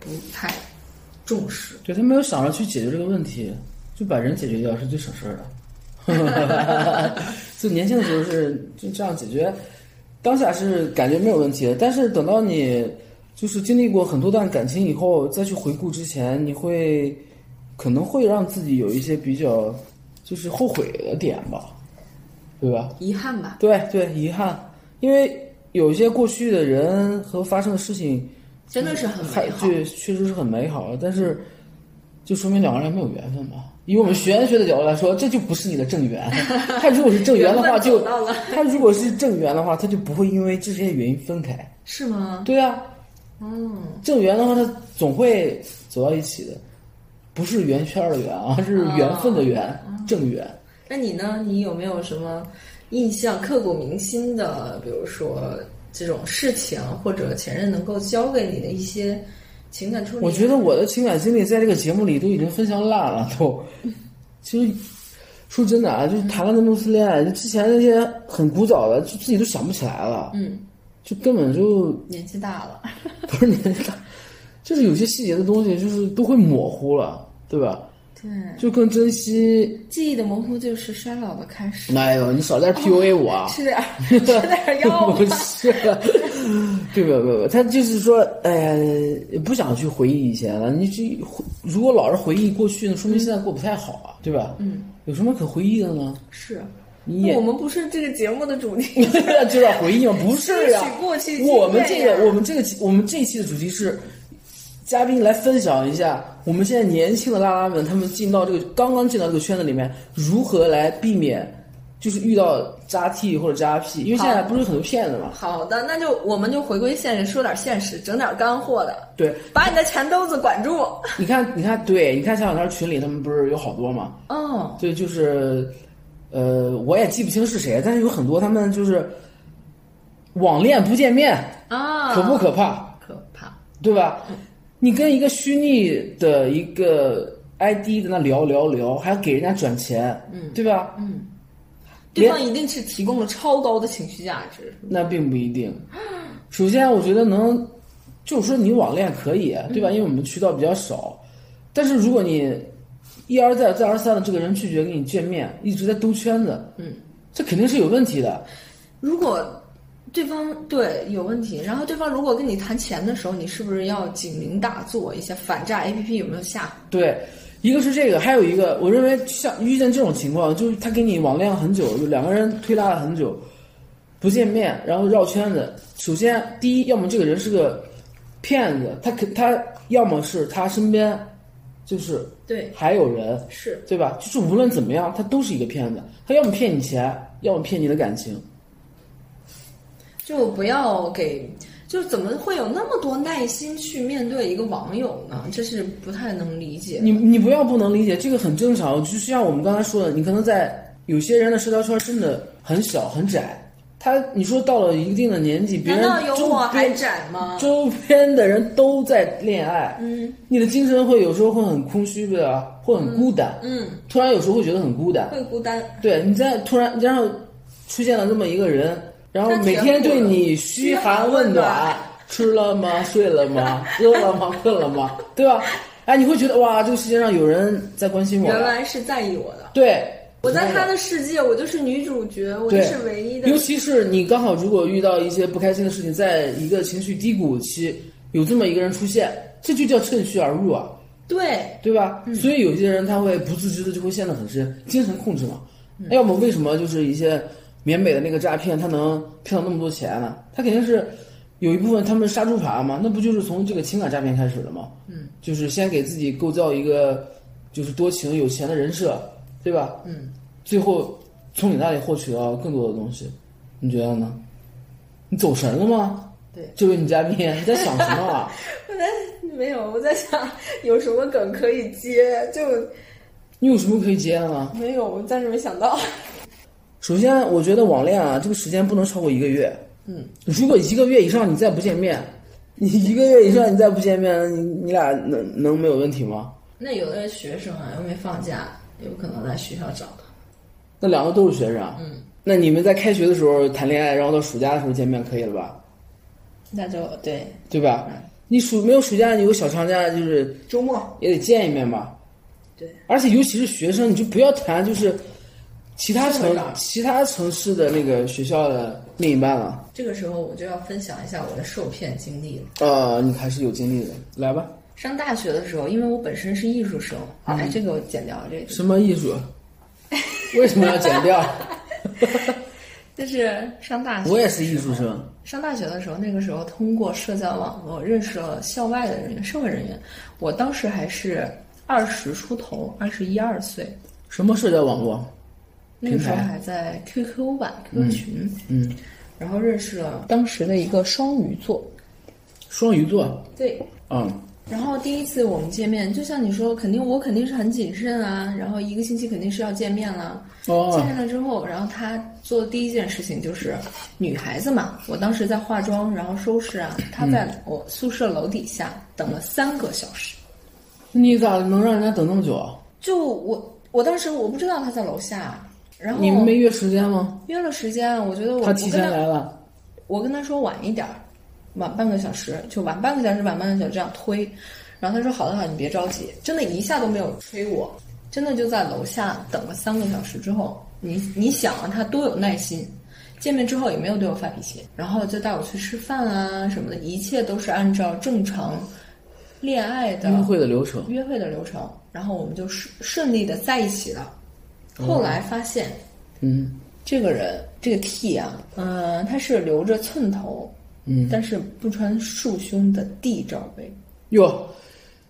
Speaker 2: 不太重视。
Speaker 1: 对，他没有想着去解决这个问题，就把人解决掉是最省事儿的。 [LAUGHS] 就年轻的时候是就这样解决，当下是感觉没有问题的，但是等到你就是经历过很多段感情以后，再去回顾之前，你会可能会让自己有一些比较就是后悔的点吧，对吧？
Speaker 2: 遗憾吧，
Speaker 1: 对对，遗憾，因为有一些过去的人和发生的事情，
Speaker 2: 真的是很
Speaker 1: 还
Speaker 2: 美好。
Speaker 1: 对，确实是很美好，但是就说明两个人还没有缘分吧。以我们玄学的角度来说，这就不是你的正缘。他如果是正缘的话，
Speaker 2: 缘分
Speaker 1: 就
Speaker 2: 走到了
Speaker 1: 他如果是正缘的话，他就不会因为这些原因分开。
Speaker 2: 是吗？
Speaker 1: 对啊，
Speaker 2: 嗯，
Speaker 1: 正缘的话，他总会走到一起的，不是圆圈的圆啊，是缘分的缘，
Speaker 2: 哦
Speaker 1: 正缘。
Speaker 2: 那你呢？你有没有什么印象刻骨铭心的，比如说这种事情，或者前任能够教给你的一些情感处理？啊
Speaker 1: 我觉得我的情感经历在这个节目里都已经分享烂了，都。其实说真的啊，就是谈了那么多次恋爱，就之前那些很古早的，就自己都想不起来了，
Speaker 2: 嗯，
Speaker 1: 就根本就
Speaker 2: 年纪大了，
Speaker 1: 不是年纪大，就是有些细节的东西，就是都会模糊了，对吧？
Speaker 2: 对，
Speaker 1: 就更珍惜。
Speaker 2: 记忆的模糊就是衰老的开始。
Speaker 1: 哎呦，你少在这 PUA 我啊！
Speaker 2: 吃点
Speaker 1: [LAUGHS]
Speaker 2: 儿，吃点儿药吧
Speaker 1: 不。是， [LAUGHS] 对不不不，他就是说，哎呀，不想去回忆以前了。你这回如果老是回忆过去呢，
Speaker 2: 嗯
Speaker 1: 说明现在过不太好啊，对吧？嗯，有什么可回忆的呢？
Speaker 2: 是，
Speaker 1: 你
Speaker 2: 那
Speaker 1: 也
Speaker 2: 我们不是这个节目的主题。
Speaker 1: [LAUGHS] 就要回忆吗？不是啊
Speaker 2: 吸取，过去经验呀
Speaker 1: 我们这个我们这个我们这一期的主题是。嘉宾来分享一下，我们现在年轻的拉拉们，他们进到这个刚刚进到这个圈子里面，如何来避免，就是遇到渣 T 或者渣 P，因为现在不是很多骗子嘛，
Speaker 2: 好的，那就我们就回归现实，说点现实，整点干货的，
Speaker 1: 对，
Speaker 2: 把你的钱兜子管住。
Speaker 1: 你看，你看，对，你看前两天群里他们不是有好多嘛？
Speaker 2: 哦，
Speaker 1: 对，就是，呃，我也记不清是谁，但是有很多他们就是网恋不见面，
Speaker 2: 啊，
Speaker 1: 可不可怕？
Speaker 2: 可怕？
Speaker 1: 对吧？你跟一个虚拟的一个 ID 在那聊聊聊，还要给人家转钱，嗯，对吧？嗯，
Speaker 2: 对方一定是提供了超高的情绪价值。
Speaker 1: 那并不一定。首先，我觉得能，就是说你网恋可以，对吧？因为我们渠道比较少，但是如果你一而再、再而三的这个人拒绝跟你见面，一直在兜圈子，嗯，这肯定是有问题的。
Speaker 2: 如果对方对有问题，然后对方如果跟你谈钱的时候，你是不是要警铃大作一下？反诈 A P P 有没有下？
Speaker 1: 对，一个是这个，还有一个，我认为像遇见这种情况，就是他跟你网恋很久，就两个人推拉了很久，不见面，然后绕圈子。首先，第一，要么这个人是个骗子，他肯他要么是他身边就是
Speaker 2: 对，
Speaker 1: 还有人，
Speaker 2: 是
Speaker 1: 对吧？就是无论怎么样，他都是一个骗子，他要么骗你钱，要么骗你的感情。
Speaker 2: 就不要给，就怎么会有那么多耐心去面对一个网友呢？这是不太能理解。
Speaker 1: 你你不要不能理解，这个很正常。就像我们刚才说的，你可能在有些人的社交圈真的很小很窄，他你说到了一定的年纪，别
Speaker 2: 难
Speaker 1: 人
Speaker 2: 道有
Speaker 1: 周
Speaker 2: 我还
Speaker 1: 边
Speaker 2: 窄吗？
Speaker 1: 周边的人都在恋爱，嗯，你的精神会有时候会很空虚的，会很孤单，
Speaker 2: 嗯，
Speaker 1: 突然有时候会觉得很孤单，
Speaker 2: 会孤单。
Speaker 1: 对你在突然然后出现了这么一个人，然后
Speaker 2: 他
Speaker 1: 每
Speaker 2: 填
Speaker 1: 天
Speaker 2: 补
Speaker 1: 对
Speaker 2: 了
Speaker 1: 你嘘寒问
Speaker 2: 嘘寒问
Speaker 1: 暖
Speaker 2: 暖，
Speaker 1: 吃了吗？ [LAUGHS] 睡了吗？饿了吗？ [LAUGHS] 困了吗？对吧？哎，你会觉得哇，这个世界上有人在关心我
Speaker 2: 原
Speaker 1: 了，
Speaker 2: 来是在意我的，
Speaker 1: 对，
Speaker 2: 我在他的世界，我就是女主角，我就
Speaker 1: 对
Speaker 2: 是唯一的
Speaker 1: 尤。其是你刚好如果遇到一些不开心的事情，在一个情绪低谷期，有这么一个人出现，这就叫趁虚而入啊，
Speaker 3: 对，
Speaker 1: 对吧？所以有些人他会不自知的就会陷得很深，精神控制嘛。
Speaker 3: 嗯
Speaker 1: 那要么为什么就是一些缅北的那个诈骗，他能骗到那么多钱呢？他肯定是有一部分他们杀猪盘嘛，那不就是从这个情感诈骗开始的吗？嗯，就是先给自己构造一个就是多情有钱的人设，对吧？
Speaker 3: 嗯，
Speaker 1: 最后从你那里获取到更多的东西，你觉得呢？你走神了吗？
Speaker 3: 对
Speaker 1: 这位女嘉宾，你在想什么啊？ [LAUGHS]
Speaker 3: 我在 [LAUGHS] 没有，我在想有什么梗可以接，就
Speaker 1: 你有什么可以接的吗？
Speaker 3: 没有，我暂时没想到。
Speaker 1: 首先，我觉得网恋啊，这个时间不能超过一个月。
Speaker 3: 嗯，
Speaker 1: 如果一个月以上你再不见面，你一个月以上你再不见面，你你俩能能没有问题吗？
Speaker 2: 那有的学生啊，又没放假，有可能来学校找他。
Speaker 1: 那两个都是学生，啊
Speaker 2: 嗯，
Speaker 1: 那你们在开学的时候谈恋爱，然后到暑假的时候见面，可以了吧？
Speaker 2: 那就对，
Speaker 1: 对吧？你暑没有暑假，你有小长假，就是
Speaker 3: 周末，
Speaker 1: 也得见一面吧。
Speaker 2: 对，
Speaker 1: 而且尤其是学生，你就不要谈就是其他
Speaker 2: 社
Speaker 1: 城
Speaker 2: 会上
Speaker 1: 其他城市的那个学校的另一半了。
Speaker 2: 这个时候我就要分享一下我的受骗经历了。
Speaker 1: 呃，你还是有经历的，来吧。
Speaker 2: 上大学的时候，因为我本身是艺术生，
Speaker 3: 嗯
Speaker 2: 哎，这个我剪掉这个，
Speaker 1: 什么艺术？为什么要剪掉？
Speaker 2: 就是上大学，
Speaker 1: 我也是艺术生，
Speaker 2: 上大学的时候，那个时候通过社交网络认识了校外的人员、社会人员。我当时还是二十出头，二十一二岁，
Speaker 1: 什么社交网络？
Speaker 2: 那个时候
Speaker 1: 平台
Speaker 2: 还在 QQ 版、QQ 群，
Speaker 1: 嗯，
Speaker 2: 然后认识了当时的一个双鱼座，
Speaker 1: 双鱼座，
Speaker 2: 对。
Speaker 1: 嗯，
Speaker 2: 然后第一次我们见面，就像你说，肯定我肯定是很谨慎啊，然后一个星期肯定是要见面啦。见
Speaker 1: 哦，
Speaker 2: 面了之后，然后他做的第一件事情就是，女孩子嘛，我当时在化妆，然后收拾啊，他
Speaker 1: 嗯
Speaker 2: 在我宿舍楼底下等了三个小时。
Speaker 1: 你咋能让人家等那么久啊？
Speaker 2: 就我，我当时我不知道他在楼下，然后
Speaker 1: 你们没约时间吗？
Speaker 2: 约了时间，我觉得我
Speaker 1: 他提
Speaker 2: 我
Speaker 1: 前
Speaker 2: 跟他
Speaker 1: 来了，
Speaker 2: 我跟他说晚一点儿，晚半个小时，就晚半个小时，晚半个小时这样推。然后他说好的好的，你别着急，真的一下都没有催我，真的就在楼下等了三个小时之后，你你想啊，他多有耐心。见面之后也没有对我发脾气，然后就带我去吃饭啊什么的，一切都是按照正常恋爱的
Speaker 1: 约会的流程。
Speaker 2: 约会的流程，然后我们就顺顺利的在一起了。后来发现
Speaker 1: 嗯
Speaker 2: 这个人这个 T 啊，嗯、他是留着寸头，
Speaker 1: 嗯，
Speaker 2: 但是不穿束胸的 D 罩
Speaker 1: [LAUGHS]
Speaker 2: 杯。
Speaker 1: 哟，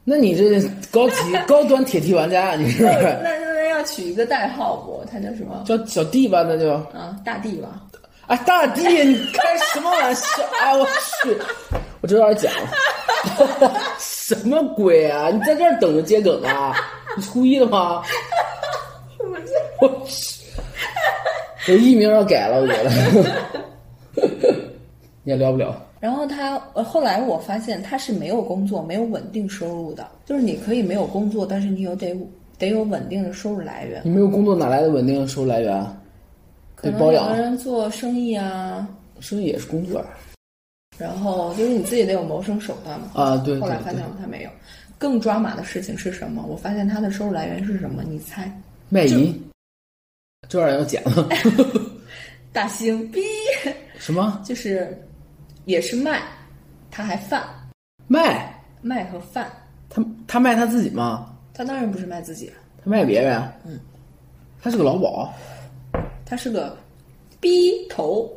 Speaker 1: 那你这高级高端铁蹄玩家啊，你是不
Speaker 2: 那
Speaker 1: 是
Speaker 2: 那那要取一个代号不？他叫什么？
Speaker 1: 叫小弟吧？那就
Speaker 2: 啊，大 D 吧。
Speaker 1: 啊，大弟，你开什么玩笑啊？我去，我这有点假了， [LAUGHS] 什么鬼啊？你在这儿等着接梗啊？你初一了吗？我去，我艺名要改了，我觉得 [LAUGHS] 也聊不了。
Speaker 2: 然后他呃后来我发现他是没有工作、没有稳定收入的，就是你可以没有工作，但是你有得得有稳定的收入来源。
Speaker 1: 你没有工作，哪来的稳定收入来源啊？
Speaker 2: 可
Speaker 1: 得
Speaker 2: 能
Speaker 1: 包
Speaker 2: 有的
Speaker 1: 养，
Speaker 2: 人做生意啊，
Speaker 1: 生意也是工作啊。
Speaker 2: 然后就是你自己得有谋生手段嘛。
Speaker 1: 啊，对
Speaker 2: 后
Speaker 1: 对
Speaker 2: 来发
Speaker 1: 对
Speaker 2: 现，他没有。更抓马的事情是什么？我发现他的收入来源是什么？你猜？
Speaker 1: 卖淫，这玩意儿要剪
Speaker 2: [LAUGHS]
Speaker 1: 了。
Speaker 2: 大兴逼，
Speaker 1: 什么
Speaker 2: 就是也是卖，他还贩
Speaker 1: 卖？
Speaker 2: 卖和贩，
Speaker 1: 他他卖他自己吗？
Speaker 2: 他当然不是卖自己了，
Speaker 1: 他卖别人，
Speaker 2: 嗯，
Speaker 1: 他是个劳保，
Speaker 2: 他是个逼头，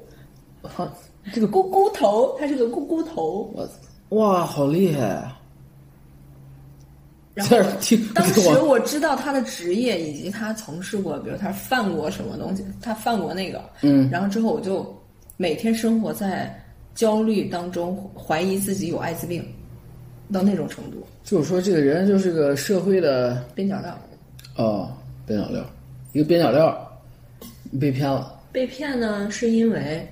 Speaker 1: 他
Speaker 2: 这个咕咕头，他是个咕咕头。
Speaker 1: 我哇，好厉害啊！
Speaker 2: 然后
Speaker 1: 这听啊
Speaker 2: 当时
Speaker 1: 我
Speaker 2: 我知道他的职业以及他从事过，比如他贩过什么东西，他贩过那个，
Speaker 1: 嗯
Speaker 2: 然后之后我就每天生活在焦虑当中，怀疑自己有艾滋病到那种程度，
Speaker 1: 就是说这个人就是个社会的
Speaker 2: 边角料。
Speaker 1: 哦边角料，一个边角料，你被骗了，
Speaker 2: 被骗呢，是因为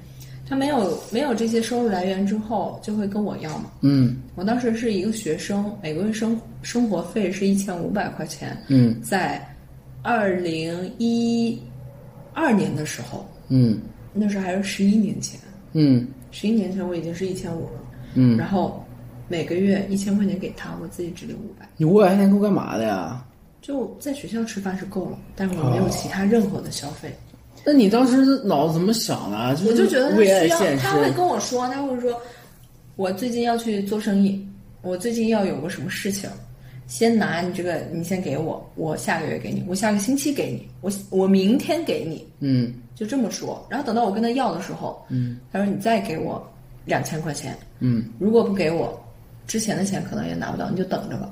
Speaker 2: 他没有没有这些收入来源之后，就会跟我要嘛。
Speaker 1: 嗯
Speaker 2: 我当时是一个学生，每个月生生活费是一千五百块钱，
Speaker 1: 嗯
Speaker 2: 在二零一二年的时候，
Speaker 1: 嗯
Speaker 2: 那时候还是十一年前，
Speaker 1: 嗯
Speaker 2: 十一年前我已经是一千五了，
Speaker 1: 嗯，
Speaker 2: 然后每个月一千块钱给他，我自己只留五百，
Speaker 1: 你五百块钱够干嘛的呀？
Speaker 2: 就在学校吃饭是够了，但是我没有其他任何的消费。
Speaker 1: 那你当时脑子怎么想的啊？
Speaker 2: 我
Speaker 1: 是
Speaker 2: 就觉得他
Speaker 1: 为爱
Speaker 2: 需要，
Speaker 1: 献
Speaker 2: 他会
Speaker 1: 身，
Speaker 2: 跟我说，他会说，我最近要去做生意，我最近要有个什么事情，先拿你这个，你先给我，我下个月给你，我下个星期给你，我我明天给你，
Speaker 1: 嗯
Speaker 2: 就这么说。然后等到我跟他要的时候，
Speaker 1: 嗯
Speaker 2: 他说你再给我两千块钱，
Speaker 1: 嗯，
Speaker 2: 如果不给我，之前的钱可能也拿不到，你就等着吧。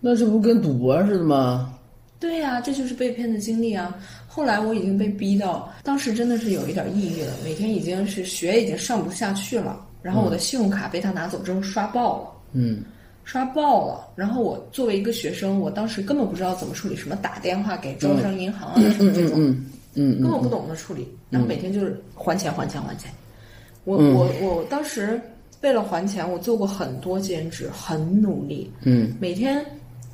Speaker 1: 那这不跟赌博似的吗？
Speaker 2: 对呀、这就是被骗的经历啊。后来我已经被逼到，当时真的是有一点抑郁了，每天已经是学已经上不下去了。然后我的信用卡被他拿走之后刷爆了，
Speaker 1: 嗯
Speaker 2: 刷爆了。然后我作为一个学生，我当时根本不知道怎么处理，什么打电话给招商银行啊，什么这种，
Speaker 1: 嗯
Speaker 2: 根
Speaker 1: 嗯
Speaker 2: 本不懂得处理。然后每天就是还钱还钱还钱。我、
Speaker 1: 嗯
Speaker 2: 我我当时为了还钱，我做过很多兼职，很努力。
Speaker 1: 嗯
Speaker 2: 每天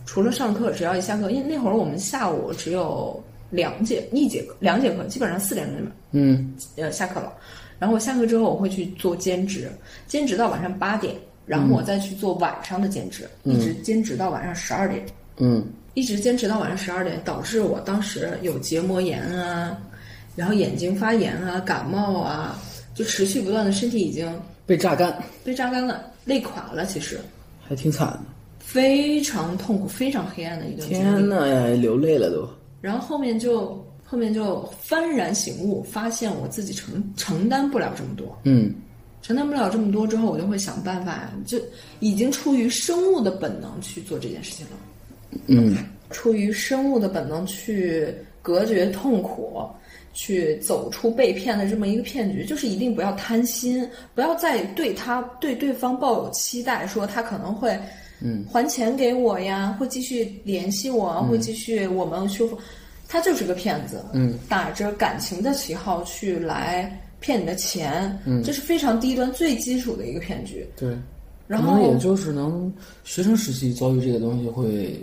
Speaker 2: 除了上课，只要一下课，因为那会儿我们下午只有两节一节课，两节课基本上四点钟就
Speaker 1: 嗯
Speaker 2: 呃下课了。然后我下课之后，我会去做兼职，兼职到晚上八点，然后我再去做晚上的兼职，一直兼职到晚上十二点，
Speaker 1: 嗯
Speaker 2: 一直坚持到晚上十二点，导致我当时有结膜炎啊，然后眼睛发炎啊，感冒啊，就持续不断的，身体已经
Speaker 1: 被榨干，
Speaker 2: 被榨干了，累垮了，其实
Speaker 1: 还挺惨的。
Speaker 2: 非常痛苦，非常黑暗的一段经历。
Speaker 1: 天呐呀，流泪了都。
Speaker 2: 然后后面就后面就幡然醒悟，发现我自己承承担不了这么多，
Speaker 1: 嗯
Speaker 2: 承担不了这么多之后，我就会想办法，就已经出于生物的本能去做这件事情了，
Speaker 1: 嗯
Speaker 2: 出于生物的本能去隔绝痛苦。去走出被骗的这么一个骗局，就是一定不要贪心，不要再对他对对方抱有期待，说他可能会
Speaker 1: 嗯
Speaker 2: 还钱给我呀，会继续联系我啊，会继续我们修复。他就是个骗子，
Speaker 1: 嗯，
Speaker 2: 打着感情的旗号去来骗你的钱，嗯，这是非常低端、最基础的一个骗局。
Speaker 1: 对。
Speaker 2: 然
Speaker 1: 可能
Speaker 2: 后
Speaker 1: 也，就是能学生时期遭遇这个东西会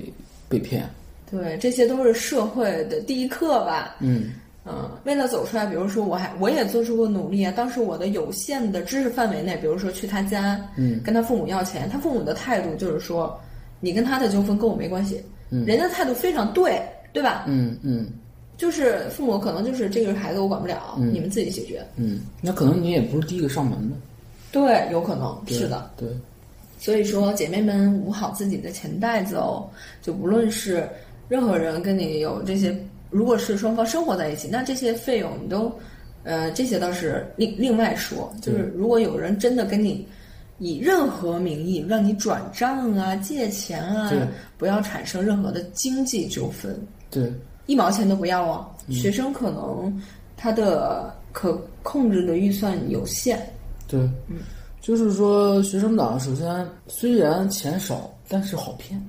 Speaker 1: 被骗。
Speaker 2: 对，这些都是社会的第一课吧。
Speaker 1: 嗯
Speaker 2: 嗯，为了走出来，比如说我还我也做出过努力啊。当时我的有限的知识范围内，比如说去他家，嗯，跟他父母要钱，他父母的态度就是说，你跟他的纠纷跟我没关系，嗯，人家态度非常对，对吧？
Speaker 1: 嗯嗯
Speaker 2: 就是父母可能就是这个孩子我管不了，你们自己解决。
Speaker 1: 嗯，那可能你也不是第一个上门的。
Speaker 2: 对，有可能是的。
Speaker 1: 对，
Speaker 2: 所以说，姐妹们捂好自己的钱袋子哦。就不论是任何人跟你有这些，如果是双方生活在一起，那这些费用你都，呃，这些倒是另另外说。就是如果有人真的跟你以任何名义让你转账啊、借钱啊
Speaker 1: 对，
Speaker 2: 不要产生任何的经济纠纷。
Speaker 1: 对，
Speaker 2: 一毛钱都不要啊。
Speaker 1: 嗯
Speaker 2: 学生可能他的可控制的预算有限，
Speaker 1: 对，
Speaker 2: 嗯
Speaker 1: 就是说学生党首先虽然钱少，但是好骗，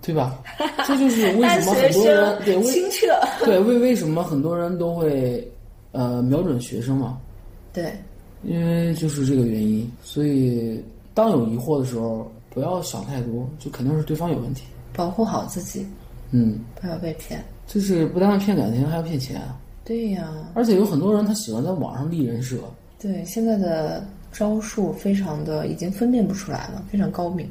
Speaker 1: 对吧？这就是为
Speaker 2: [LAUGHS] 但
Speaker 1: 什么很多人对为
Speaker 2: 清澈。
Speaker 1: 对为为什么很多人都会呃瞄准学生嘛，
Speaker 2: 对，
Speaker 1: 因为就是这个原因。所以当有疑惑的时候，不要想太多，就肯定是对方有问题。
Speaker 2: 保护好自己，
Speaker 1: 嗯，
Speaker 2: 不要被骗。
Speaker 1: 就是不但骗感情，还要骗钱，啊
Speaker 2: 对呀、
Speaker 1: 而且有很多人他喜欢在网上立人设。
Speaker 2: 对，现在的招数非常的已经分辨不出来了，非常高明。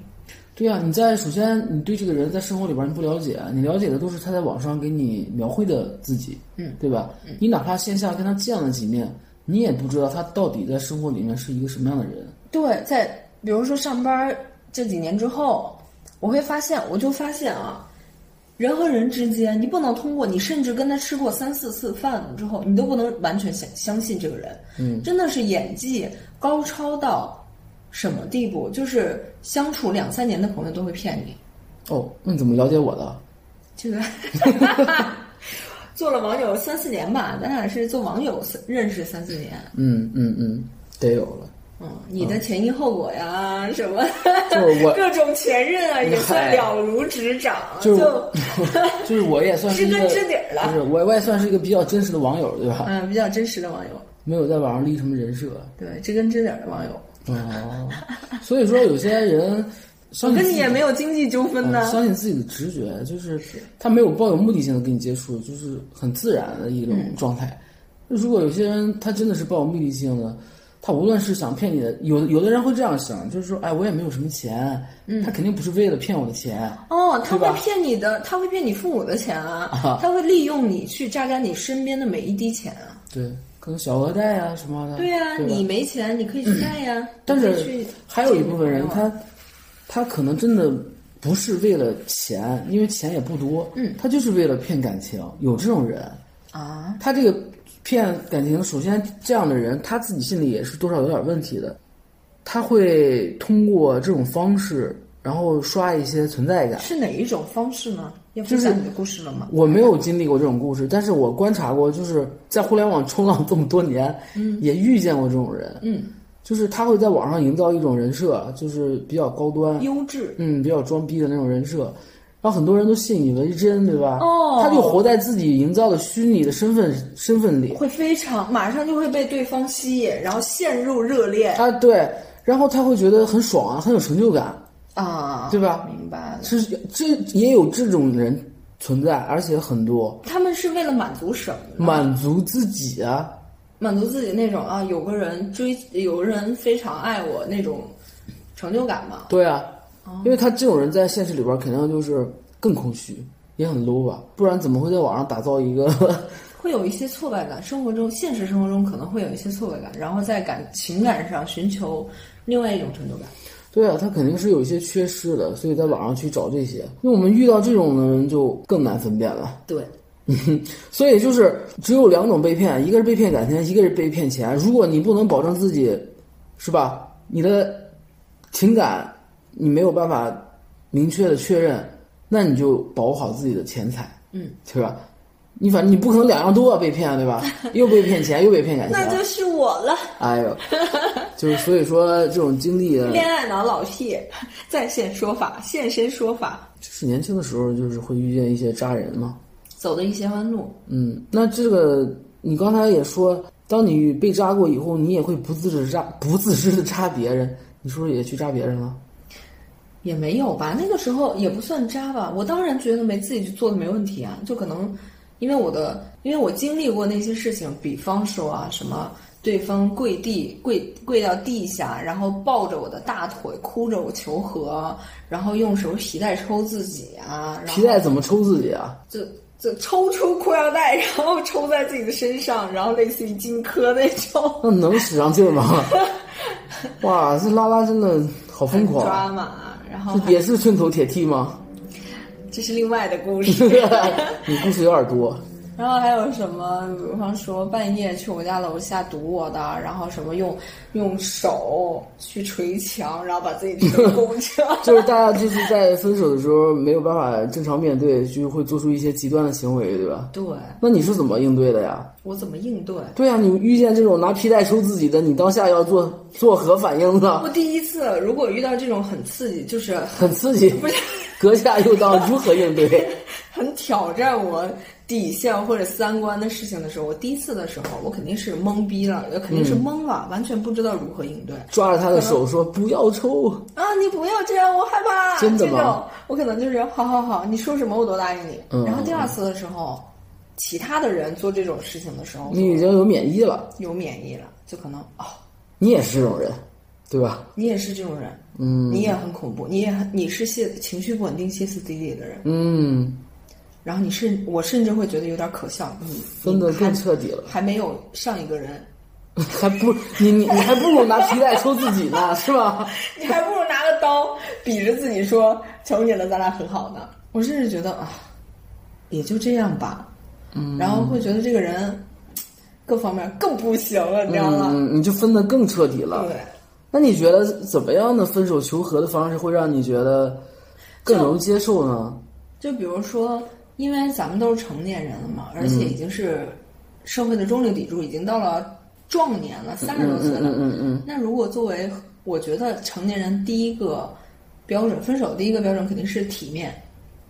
Speaker 1: 对呀、你在首先你对这个人在生活里边你不了解，你了解的都是他在网上给你描绘的自己，
Speaker 2: 嗯，
Speaker 1: 对吧？你哪怕线下跟他见了几面，你也不知道他到底在生活里面是一个什么样的人。
Speaker 2: 对，在比如说上班这几年之后，我会发现，我就发现啊，人和人之间，你不能通过你甚至跟他吃过三四次饭之后，你都不能完全相相信这个人。
Speaker 1: 嗯，
Speaker 2: 真的是演技高超到什么地步？就是相处两三年的朋友都会骗你。
Speaker 1: 哦，那你怎么了解我的？
Speaker 2: 这个 [LAUGHS] 做了网友三四年吧，咱俩是做网友三认识三四年。
Speaker 1: 嗯嗯嗯，得有了。
Speaker 2: 嗯，你的前因后果呀，什么
Speaker 1: 就是我
Speaker 2: 各种前任啊，也算
Speaker 1: 嗨
Speaker 2: 了如指掌，
Speaker 1: 就
Speaker 2: 啊就是 [LAUGHS]
Speaker 1: 就是我也算是一个
Speaker 2: 知根知底儿了
Speaker 1: 不是我我也算是一个比较真实的网友，对吧？
Speaker 2: 嗯比较真实的网友，
Speaker 1: 没有在网上立什么人设。
Speaker 2: 对知根知底儿的网友。 [LAUGHS]
Speaker 1: 哦，所以说有些人
Speaker 2: 我
Speaker 1: 相信
Speaker 2: 跟
Speaker 1: 自
Speaker 2: 你
Speaker 1: 己
Speaker 2: 也没有经济纠纷呢
Speaker 1: 嗯，相信自己的直觉，就是他没有抱有目的性的跟你接触，
Speaker 2: 嗯
Speaker 1: 就是很自然的一种状态。如果有些人他真的是抱有目的性的，他无论是想骗你的，有有的人会这样想，就是说，哎，我也没有什么钱，
Speaker 2: 嗯
Speaker 1: 他肯定不是为了骗我的钱，
Speaker 2: 哦，
Speaker 1: 对
Speaker 2: 他会
Speaker 1: 吧
Speaker 2: 骗你的，他会骗你父母的钱啊，
Speaker 1: 啊
Speaker 2: 他会利用你去榨干你身边的每一滴钱啊。
Speaker 1: 对，可能小额贷啊什么的。
Speaker 2: 对呀、
Speaker 1: 吧嗯
Speaker 2: 你没钱，你可以去贷呀、
Speaker 1: 但
Speaker 2: 你可以
Speaker 1: 是
Speaker 2: 去
Speaker 1: 还有一部分人，
Speaker 2: 借你朋友啊
Speaker 1: 他他可能真的不是为了钱，因为钱也不多，嗯，他就是为了骗感情，有这种人啊。他这个骗感情，首先这样的人他自己心里也是多少有点问题的，他会通过这种方式，然后刷一些存在感。
Speaker 2: 是哪一种方式呢？要
Speaker 1: 就
Speaker 2: 分
Speaker 1: 是
Speaker 2: 享你的故事了吗？
Speaker 1: 我没有经历过这种故事，但是我观察过，就是在互联网冲浪这么多年，嗯，也遇见过这种人，
Speaker 2: 嗯，
Speaker 1: 就是他会在网上营造一种人设，就是比较高端，
Speaker 2: 优质
Speaker 1: 嗯，比较装逼的那种人设，然后很多人都信以为真，对吧？
Speaker 2: 哦
Speaker 1: 他就活在自己营造的虚拟的身份身份里，
Speaker 2: 会非常马上就会被对方吸引，然后陷入热恋
Speaker 1: 他啊对，然后他会觉得很爽啊，很有成就感，
Speaker 2: 啊。
Speaker 1: 对吧？
Speaker 2: 明白了，
Speaker 1: 是这也有这种人存在，而且很多，
Speaker 2: 他们是为了满足什么呢？
Speaker 1: 满足自己啊，
Speaker 2: 满足自己那种啊，有个人追，有个人非常爱我那种成就感嘛。
Speaker 1: 对啊，因为他这种人在现实里边肯定就是更空虚，也很 low 吧，不然怎么会在网上打造一个
Speaker 2: 会有一些挫败感，生活中、现实生活中可能会有一些挫败感，然后在感情感上寻求另外一种成就感。
Speaker 1: 对啊，他肯定是有一些缺失的，所以在网上去找这些。因为我们遇到这种的人就更难分辨了。
Speaker 2: 对，
Speaker 1: 所以就是只有两种被骗，一个是被骗感情，一个是被骗钱。如果你不能保证自己，是吧？你的情感你没有办法明确的确认，那你就把握好自己的钱财，
Speaker 2: 嗯，
Speaker 1: 对吧？你反正你不可能两样都要被骗，啊对
Speaker 2: [LAUGHS]
Speaker 1: 吧？又被骗钱，又被骗感情，
Speaker 2: 是我了，
Speaker 1: 哎呦，就是所以说这种经历，啊
Speaker 2: [LAUGHS] 恋爱脑老 T，在 [LAUGHS] 线说法，现身说法，
Speaker 1: 就是年轻的时候就是会遇见一些渣人嘛，
Speaker 2: 走的一些弯路。
Speaker 1: 嗯，那这个你刚才也说，当你被扎过以后，你也会不自知扎不自知的扎别人，你是不是也去扎别人了？
Speaker 2: 也没有吧，那个时候也不算渣吧。我当然觉得没自己去做的没问题啊，就可能因为我的，因为我经历过那些事情，比方说啊，什么对方跪地跪跪到地下，然后抱着我的大腿哭着我求和，然后用什么皮带抽自己啊，然
Speaker 1: 皮
Speaker 2: 后
Speaker 1: 带怎么抽自己啊？
Speaker 2: 就就抽出裤腰带，然后抽在自己的身上，然后类似于荆轲那
Speaker 1: [LAUGHS]
Speaker 2: 种，
Speaker 1: 那能使上劲儿吗？ [LAUGHS] 哇，这拉拉真的好疯
Speaker 2: [LAUGHS]
Speaker 1: 狂
Speaker 2: 抓
Speaker 1: 啊，
Speaker 2: 马，
Speaker 1: [LAUGHS]
Speaker 2: 然后
Speaker 1: 这也是寸头铁剃吗？ [LAUGHS]
Speaker 2: 这是另外的故事。 [LAUGHS]
Speaker 1: 你故事有点多，
Speaker 2: 然后还有什么，比方说半夜去我家楼下堵我的，然后什么用用手去捶墙，然后把自己捶骨折。
Speaker 1: 就是大家就是在分手的时候没有办法正常面对，就是会做出一些极端的行为，对吧？
Speaker 2: [LAUGHS] 对
Speaker 1: 那你是怎么应对的呀？
Speaker 2: 我怎么应对？
Speaker 1: 对呀、你遇见这种拿皮带抽自己的，你当下要做做何反应呢
Speaker 2: 我？第一次如果遇到这种很刺激，就是
Speaker 1: 很刺激，阁下又当如何应对？ [LAUGHS]
Speaker 2: 很挑战我底线或者三观的事情的时候，我第一次的时候，我肯定是懵逼了，我肯定是懵了，完全不知道如何应对。
Speaker 1: 抓着他的手说：“不要抽。
Speaker 2: 啊，你不要这样，我害怕。
Speaker 1: 真的
Speaker 2: 这
Speaker 1: 吗
Speaker 2: 种我可能就是好好好，你说什么我都答应你。
Speaker 1: 嗯
Speaker 2: 然后第二次的时候，其他的人做这种事情的时候，”
Speaker 1: 你已经有免疫了，
Speaker 2: 有免疫了，就可能哦，
Speaker 1: 你也是这种人，对吧？
Speaker 2: 你也是这种人，
Speaker 1: 嗯
Speaker 2: 你也很恐怖，你也很你是歇情绪不稳定、歇斯底里的人，
Speaker 1: 嗯，
Speaker 2: 然后你甚我甚至会觉得有点可笑，你
Speaker 1: 分得
Speaker 2: 你
Speaker 1: 更
Speaker 2: 还
Speaker 1: 彻底了，
Speaker 2: 还没有上一个人，
Speaker 1: 还不你你你还不如拿皮带抽自己呢，是吧？
Speaker 2: [LAUGHS] 你还不如拿个刀比着自己说：“求你了，咱俩和好呢。”我甚至觉得啊，也就这样吧。嗯，然后会觉得这个人各方面更不行了，你知道吗？
Speaker 1: [LAUGHS] 嗯，你就分得更彻底了。
Speaker 2: 对，
Speaker 1: 那你觉得怎么样的分手求和的方式会让你觉得更容易接受呢？
Speaker 2: 就比如说，因为咱们都是成年人了嘛，而且已经是社会的中流砥柱，已经到了壮年了，三十多岁
Speaker 1: 嗯
Speaker 2: 了。
Speaker 1: 嗯嗯嗯，
Speaker 2: 那如果作为我觉得成年人第一个标准，分手第一个标准肯定是体面。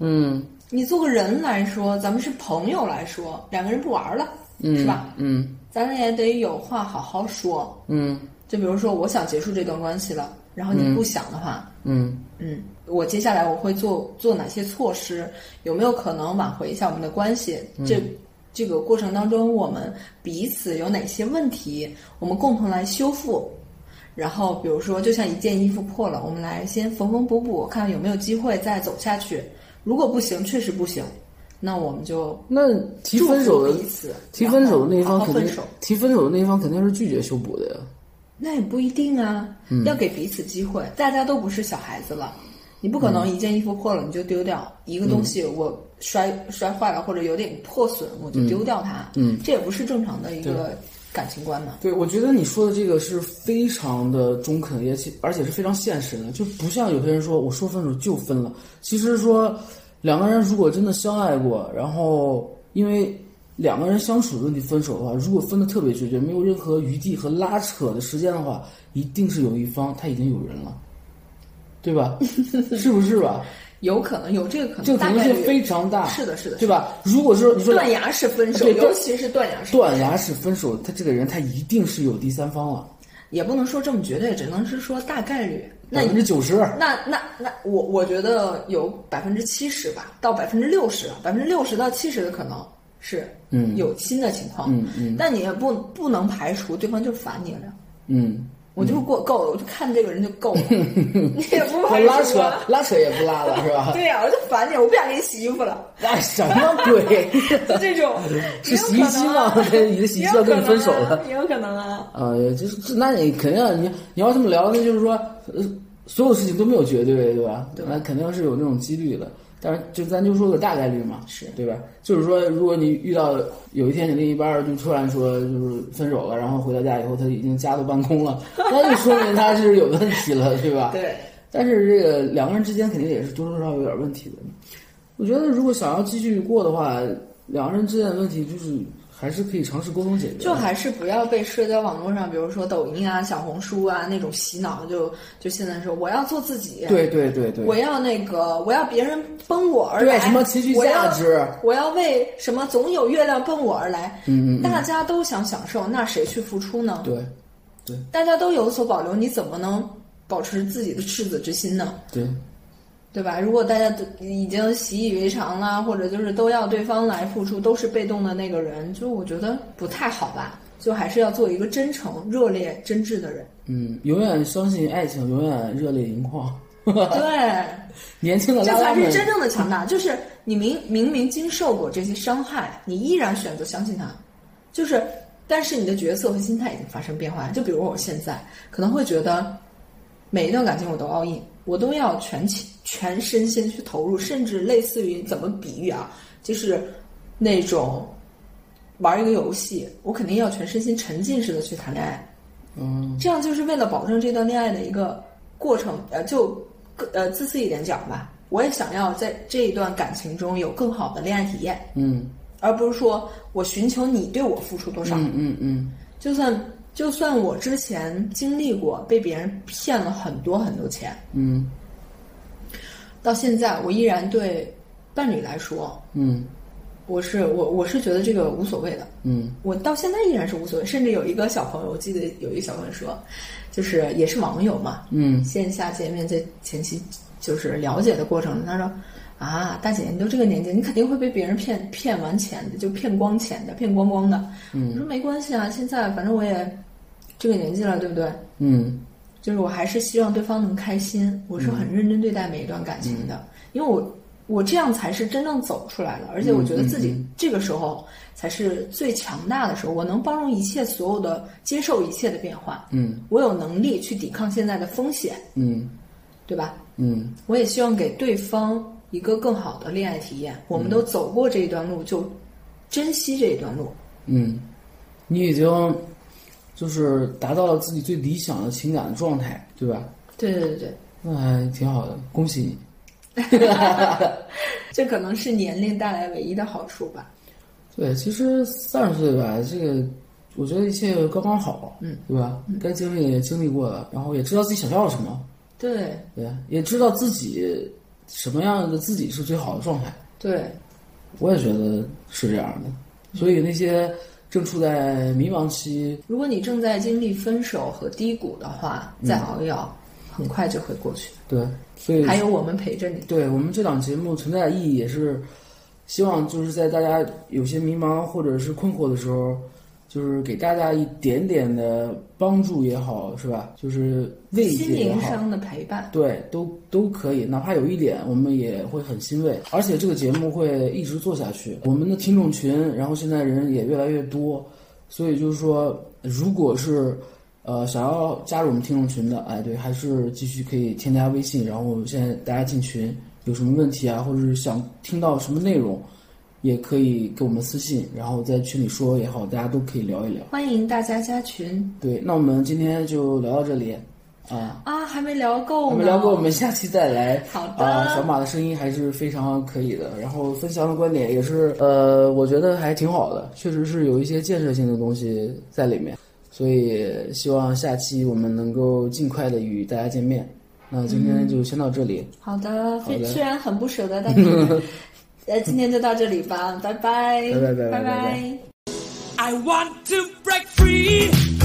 Speaker 1: 嗯
Speaker 2: 你做个人来说，咱们是朋友来说，两个人不玩了，
Speaker 1: 嗯，
Speaker 2: 是吧？？
Speaker 1: 嗯
Speaker 2: 咱也得有话好好说。
Speaker 1: 嗯
Speaker 2: 就比如说，我想结束这段关系了，然后你不想的话，
Speaker 1: 嗯
Speaker 2: 嗯，我接
Speaker 1: 嗯
Speaker 2: 下来我会做做哪些措施？有没有可能挽回一下我们的关系？这这个过程当中，我们彼此有哪些问题，我们共同来修复。然后，比如说，就像一件衣服破了，我们来先缝缝补补，看有没有机会再走下去。如果不行，确实不行，那我们就
Speaker 1: 那提分手
Speaker 2: 祝
Speaker 1: 的
Speaker 2: 福彼此，
Speaker 1: 提分手的那一
Speaker 2: 然
Speaker 1: 方
Speaker 2: 后好
Speaker 1: 肯
Speaker 2: 好
Speaker 1: 定
Speaker 2: 分手。
Speaker 1: 提分手的那一方肯定是拒绝修补的呀。
Speaker 2: 那也不一定啊，
Speaker 1: 嗯
Speaker 2: 要给彼此机会。大家都不是小孩子了，你不可
Speaker 1: 嗯
Speaker 2: 能一件衣服破了你就丢掉，一个东西我摔摔坏了或者有点破损我就丢掉它，嗯，这也不是正常的一个感情观嘛。
Speaker 1: 对，我觉得你说的这个是非常的中肯，也且而且是非常现实的，就不像有些人说我说分手就分了。其实说两个人如果真的相爱过，然后因为两个人相处的问题分手的话，如果分的特别决绝，没有任何余地和拉扯的时间的话，一定是有一方他已经有人了，对吧？ [LAUGHS] 是不是吧？
Speaker 2: 有可能有这个可能，
Speaker 1: 这个可能
Speaker 2: 大概
Speaker 1: 性
Speaker 2: 率
Speaker 1: 非常大，
Speaker 2: 是的是的
Speaker 1: 对吧？如果说你说两
Speaker 2: 断崖式分手，
Speaker 1: 对断
Speaker 2: 尤其是断崖式，
Speaker 1: 断崖式分手，他这个人他一定是有第三方了，
Speaker 2: 也不能说这么绝对，只能是说大概率。那
Speaker 1: 百分之九十。
Speaker 2: 那那那，我我觉得有百分之七十吧，到百分之六十，百分之六十到七十的可能是
Speaker 1: 嗯
Speaker 2: 有新的情况，
Speaker 1: 嗯嗯
Speaker 2: 但你也不不能排除对方就烦你了，
Speaker 1: 嗯，
Speaker 2: 我就是过够了，我就看这个人就
Speaker 1: [LAUGHS]
Speaker 2: 够了，你也不
Speaker 1: 我
Speaker 2: 排
Speaker 1: 拉
Speaker 2: 除
Speaker 1: 扯
Speaker 2: 啊，
Speaker 1: 拉扯也不拉了，是吧？ [LAUGHS]
Speaker 2: 对呀、我就烦你，我不想给你洗衣服了，
Speaker 1: 哎，什么鬼？
Speaker 2: 就这种
Speaker 1: 是洗衣机吗？你的洗衣
Speaker 2: 啊也
Speaker 1: 机要
Speaker 2: 有可
Speaker 1: 跟
Speaker 2: 能
Speaker 1: 你
Speaker 2: 啊
Speaker 1: 分手了？
Speaker 2: 也有可
Speaker 1: [LAUGHS]
Speaker 2: 能啊，
Speaker 1: 呃，就是这那你肯定啊你你要这么聊，那就是说，呃，所有事情都没有绝对，对吧？对，那肯定是有这种几率的。但是就咱就说个大概率嘛，
Speaker 2: 是
Speaker 1: 对吧？就是说，如果你遇到有一天你另一半儿就突然说就是分手了，然后回到家以后他已经家都搬空了，那就说明他是有问题了，对吧？
Speaker 2: 对。
Speaker 1: 但是这个两个人之间肯定也是多多少少有点问题的。我觉得如果想要继续过的话，两个人之间的问题就是还是可以尝试沟通解决的。
Speaker 2: 就还是不要被社交网络上，比如说抖音啊、小红书啊那种洗脑，就就现在说我要做自己，
Speaker 1: 对对对对，
Speaker 2: 我要那个，我要别人奔我而来，
Speaker 1: 对什么情绪
Speaker 2: 我要
Speaker 1: 价值
Speaker 2: 我要为什么总有月亮奔我而来，
Speaker 1: 嗯嗯嗯
Speaker 2: 大家都想享受，那谁去付出呢？
Speaker 1: 对
Speaker 2: 大家都有所保留，你怎么能保持自己的赤子之心呢？
Speaker 1: 对
Speaker 2: 对吧？如果大家都已经习以为常啦，或者就是都要对方来付出，都是被动的那个人，就我觉得不太好吧。就还是要做一个真诚、热烈、真挚的人。
Speaker 1: 嗯，永远相信爱情，永远热泪盈眶。 [LAUGHS]
Speaker 2: 对，
Speaker 1: 年轻的
Speaker 2: 这
Speaker 1: 拉拉
Speaker 2: 才
Speaker 1: 们
Speaker 2: 是，真正的强大。就是你明明明经受过这些伤害，你依然选择相信他，就是但是你的角色和心态已经发生变化了。就比如我现在可能会觉得，每一段感情我都 all in，我都要全情全身心去投入，甚至类似于怎么比喻啊，就是那种玩一个游戏，我肯定要全身心沉浸式的去谈恋爱。
Speaker 1: 嗯，
Speaker 2: 这样就是为了保证这段恋爱的一个过程，呃，就更呃自私一点讲吧，我也想要在这一段感情中有更好的恋爱体验，
Speaker 1: 嗯
Speaker 2: 而不是说我寻求你对我付出多少。
Speaker 1: 嗯嗯嗯，
Speaker 2: 就算就算我之前经历过被别人骗了很多很多钱，
Speaker 1: 嗯
Speaker 2: 到现在我依然对伴侣来说，
Speaker 1: 嗯
Speaker 2: 我是我我是觉得这个无所谓的，
Speaker 1: 嗯
Speaker 2: 我到现在依然是无所谓。甚至有一个小朋友，我记得有一个小朋友说，就是也是网友嘛，
Speaker 1: 嗯
Speaker 2: 线下见面在前期就是了解的过程，他说啊，大姐，你都这个年纪，你肯定会被别人骗骗完钱的，就骗光钱的，骗光光的。我说没关系啊，现在反正我也这个年纪了，对不对？
Speaker 1: 嗯
Speaker 2: 就是我还是希望对方能开心，我是很认真对待每一段感情的，因为我我这样才是真正走出来了，而且我觉得自己这个时候才是最强大的时候，我能包容一切所有的，接受一切的变化，
Speaker 1: 嗯
Speaker 2: 我有能力去抵抗现在的风险，
Speaker 1: 嗯
Speaker 2: 对吧？
Speaker 1: 嗯，
Speaker 2: 我也希望给对方一个更好的恋爱体验。我们都走过这一段路，就珍惜这一段路。
Speaker 1: 嗯，你已经就是达到了自己最理想的情感的状态，对吧？
Speaker 2: 对对对对，
Speaker 1: 那还挺好的，恭喜你。
Speaker 2: 这可能是年龄带来唯一的好处吧。
Speaker 1: 对，其实三十岁吧，这个我觉得一切刚刚好，嗯，对吧？该经历也经历过了，然后也知道自己想要什么，
Speaker 2: 对
Speaker 1: 对，啊也知道自己什么样的自己是最好的状态。
Speaker 2: 对，
Speaker 1: 我也觉得是这样的，所以那些正处在迷茫期，
Speaker 2: 如果你正在经历分手和低谷的话，再熬一熬，很快就会过去。
Speaker 1: 对，所以
Speaker 2: 还有我们陪着你。
Speaker 1: 对我们这档节目存在的意义也是希望就是在大家有些迷茫或者是困惑的时候，就是给大家一点点的帮助也好，是吧？就是慰
Speaker 4: 心
Speaker 1: 藉也
Speaker 4: 灵
Speaker 1: 好，
Speaker 4: 上的陪伴。
Speaker 1: 对，都都可以，哪怕有一点，我们也会很欣慰。而且这个节目会一直做下去，我们的听众群，然后现在人也越来越多，所以就是说，如果是呃想要加入我们听众群的，哎，对，还是继续可以添加微信，然后我们现在大家进群，有什么问题啊，或者是想听到什么内容，也可以给我们私信，然后在群里说也好，大家都可以聊一聊。
Speaker 4: 欢迎大家加群
Speaker 1: 对，那我们今天就聊到这里啊。
Speaker 4: 啊！还没聊够
Speaker 1: 我
Speaker 4: 呢，
Speaker 1: 们聊过，我们下期再来。
Speaker 4: 好的
Speaker 1: 啊、小马的声音还是非常可以的，然后分享的观点也是，呃，我觉得还挺好的，确实是有一些建设性的东西在里面，所以希望下期我们能够尽快的与大家见面。那今天就先到这里，
Speaker 4: 好的，非
Speaker 1: 好的
Speaker 4: 虽然很不舍得，但是呃，今天就到这里吧，拜拜，
Speaker 1: 拜拜拜拜拜
Speaker 4: 拜
Speaker 1: 拜
Speaker 4: 拜。
Speaker 5: I want to break free.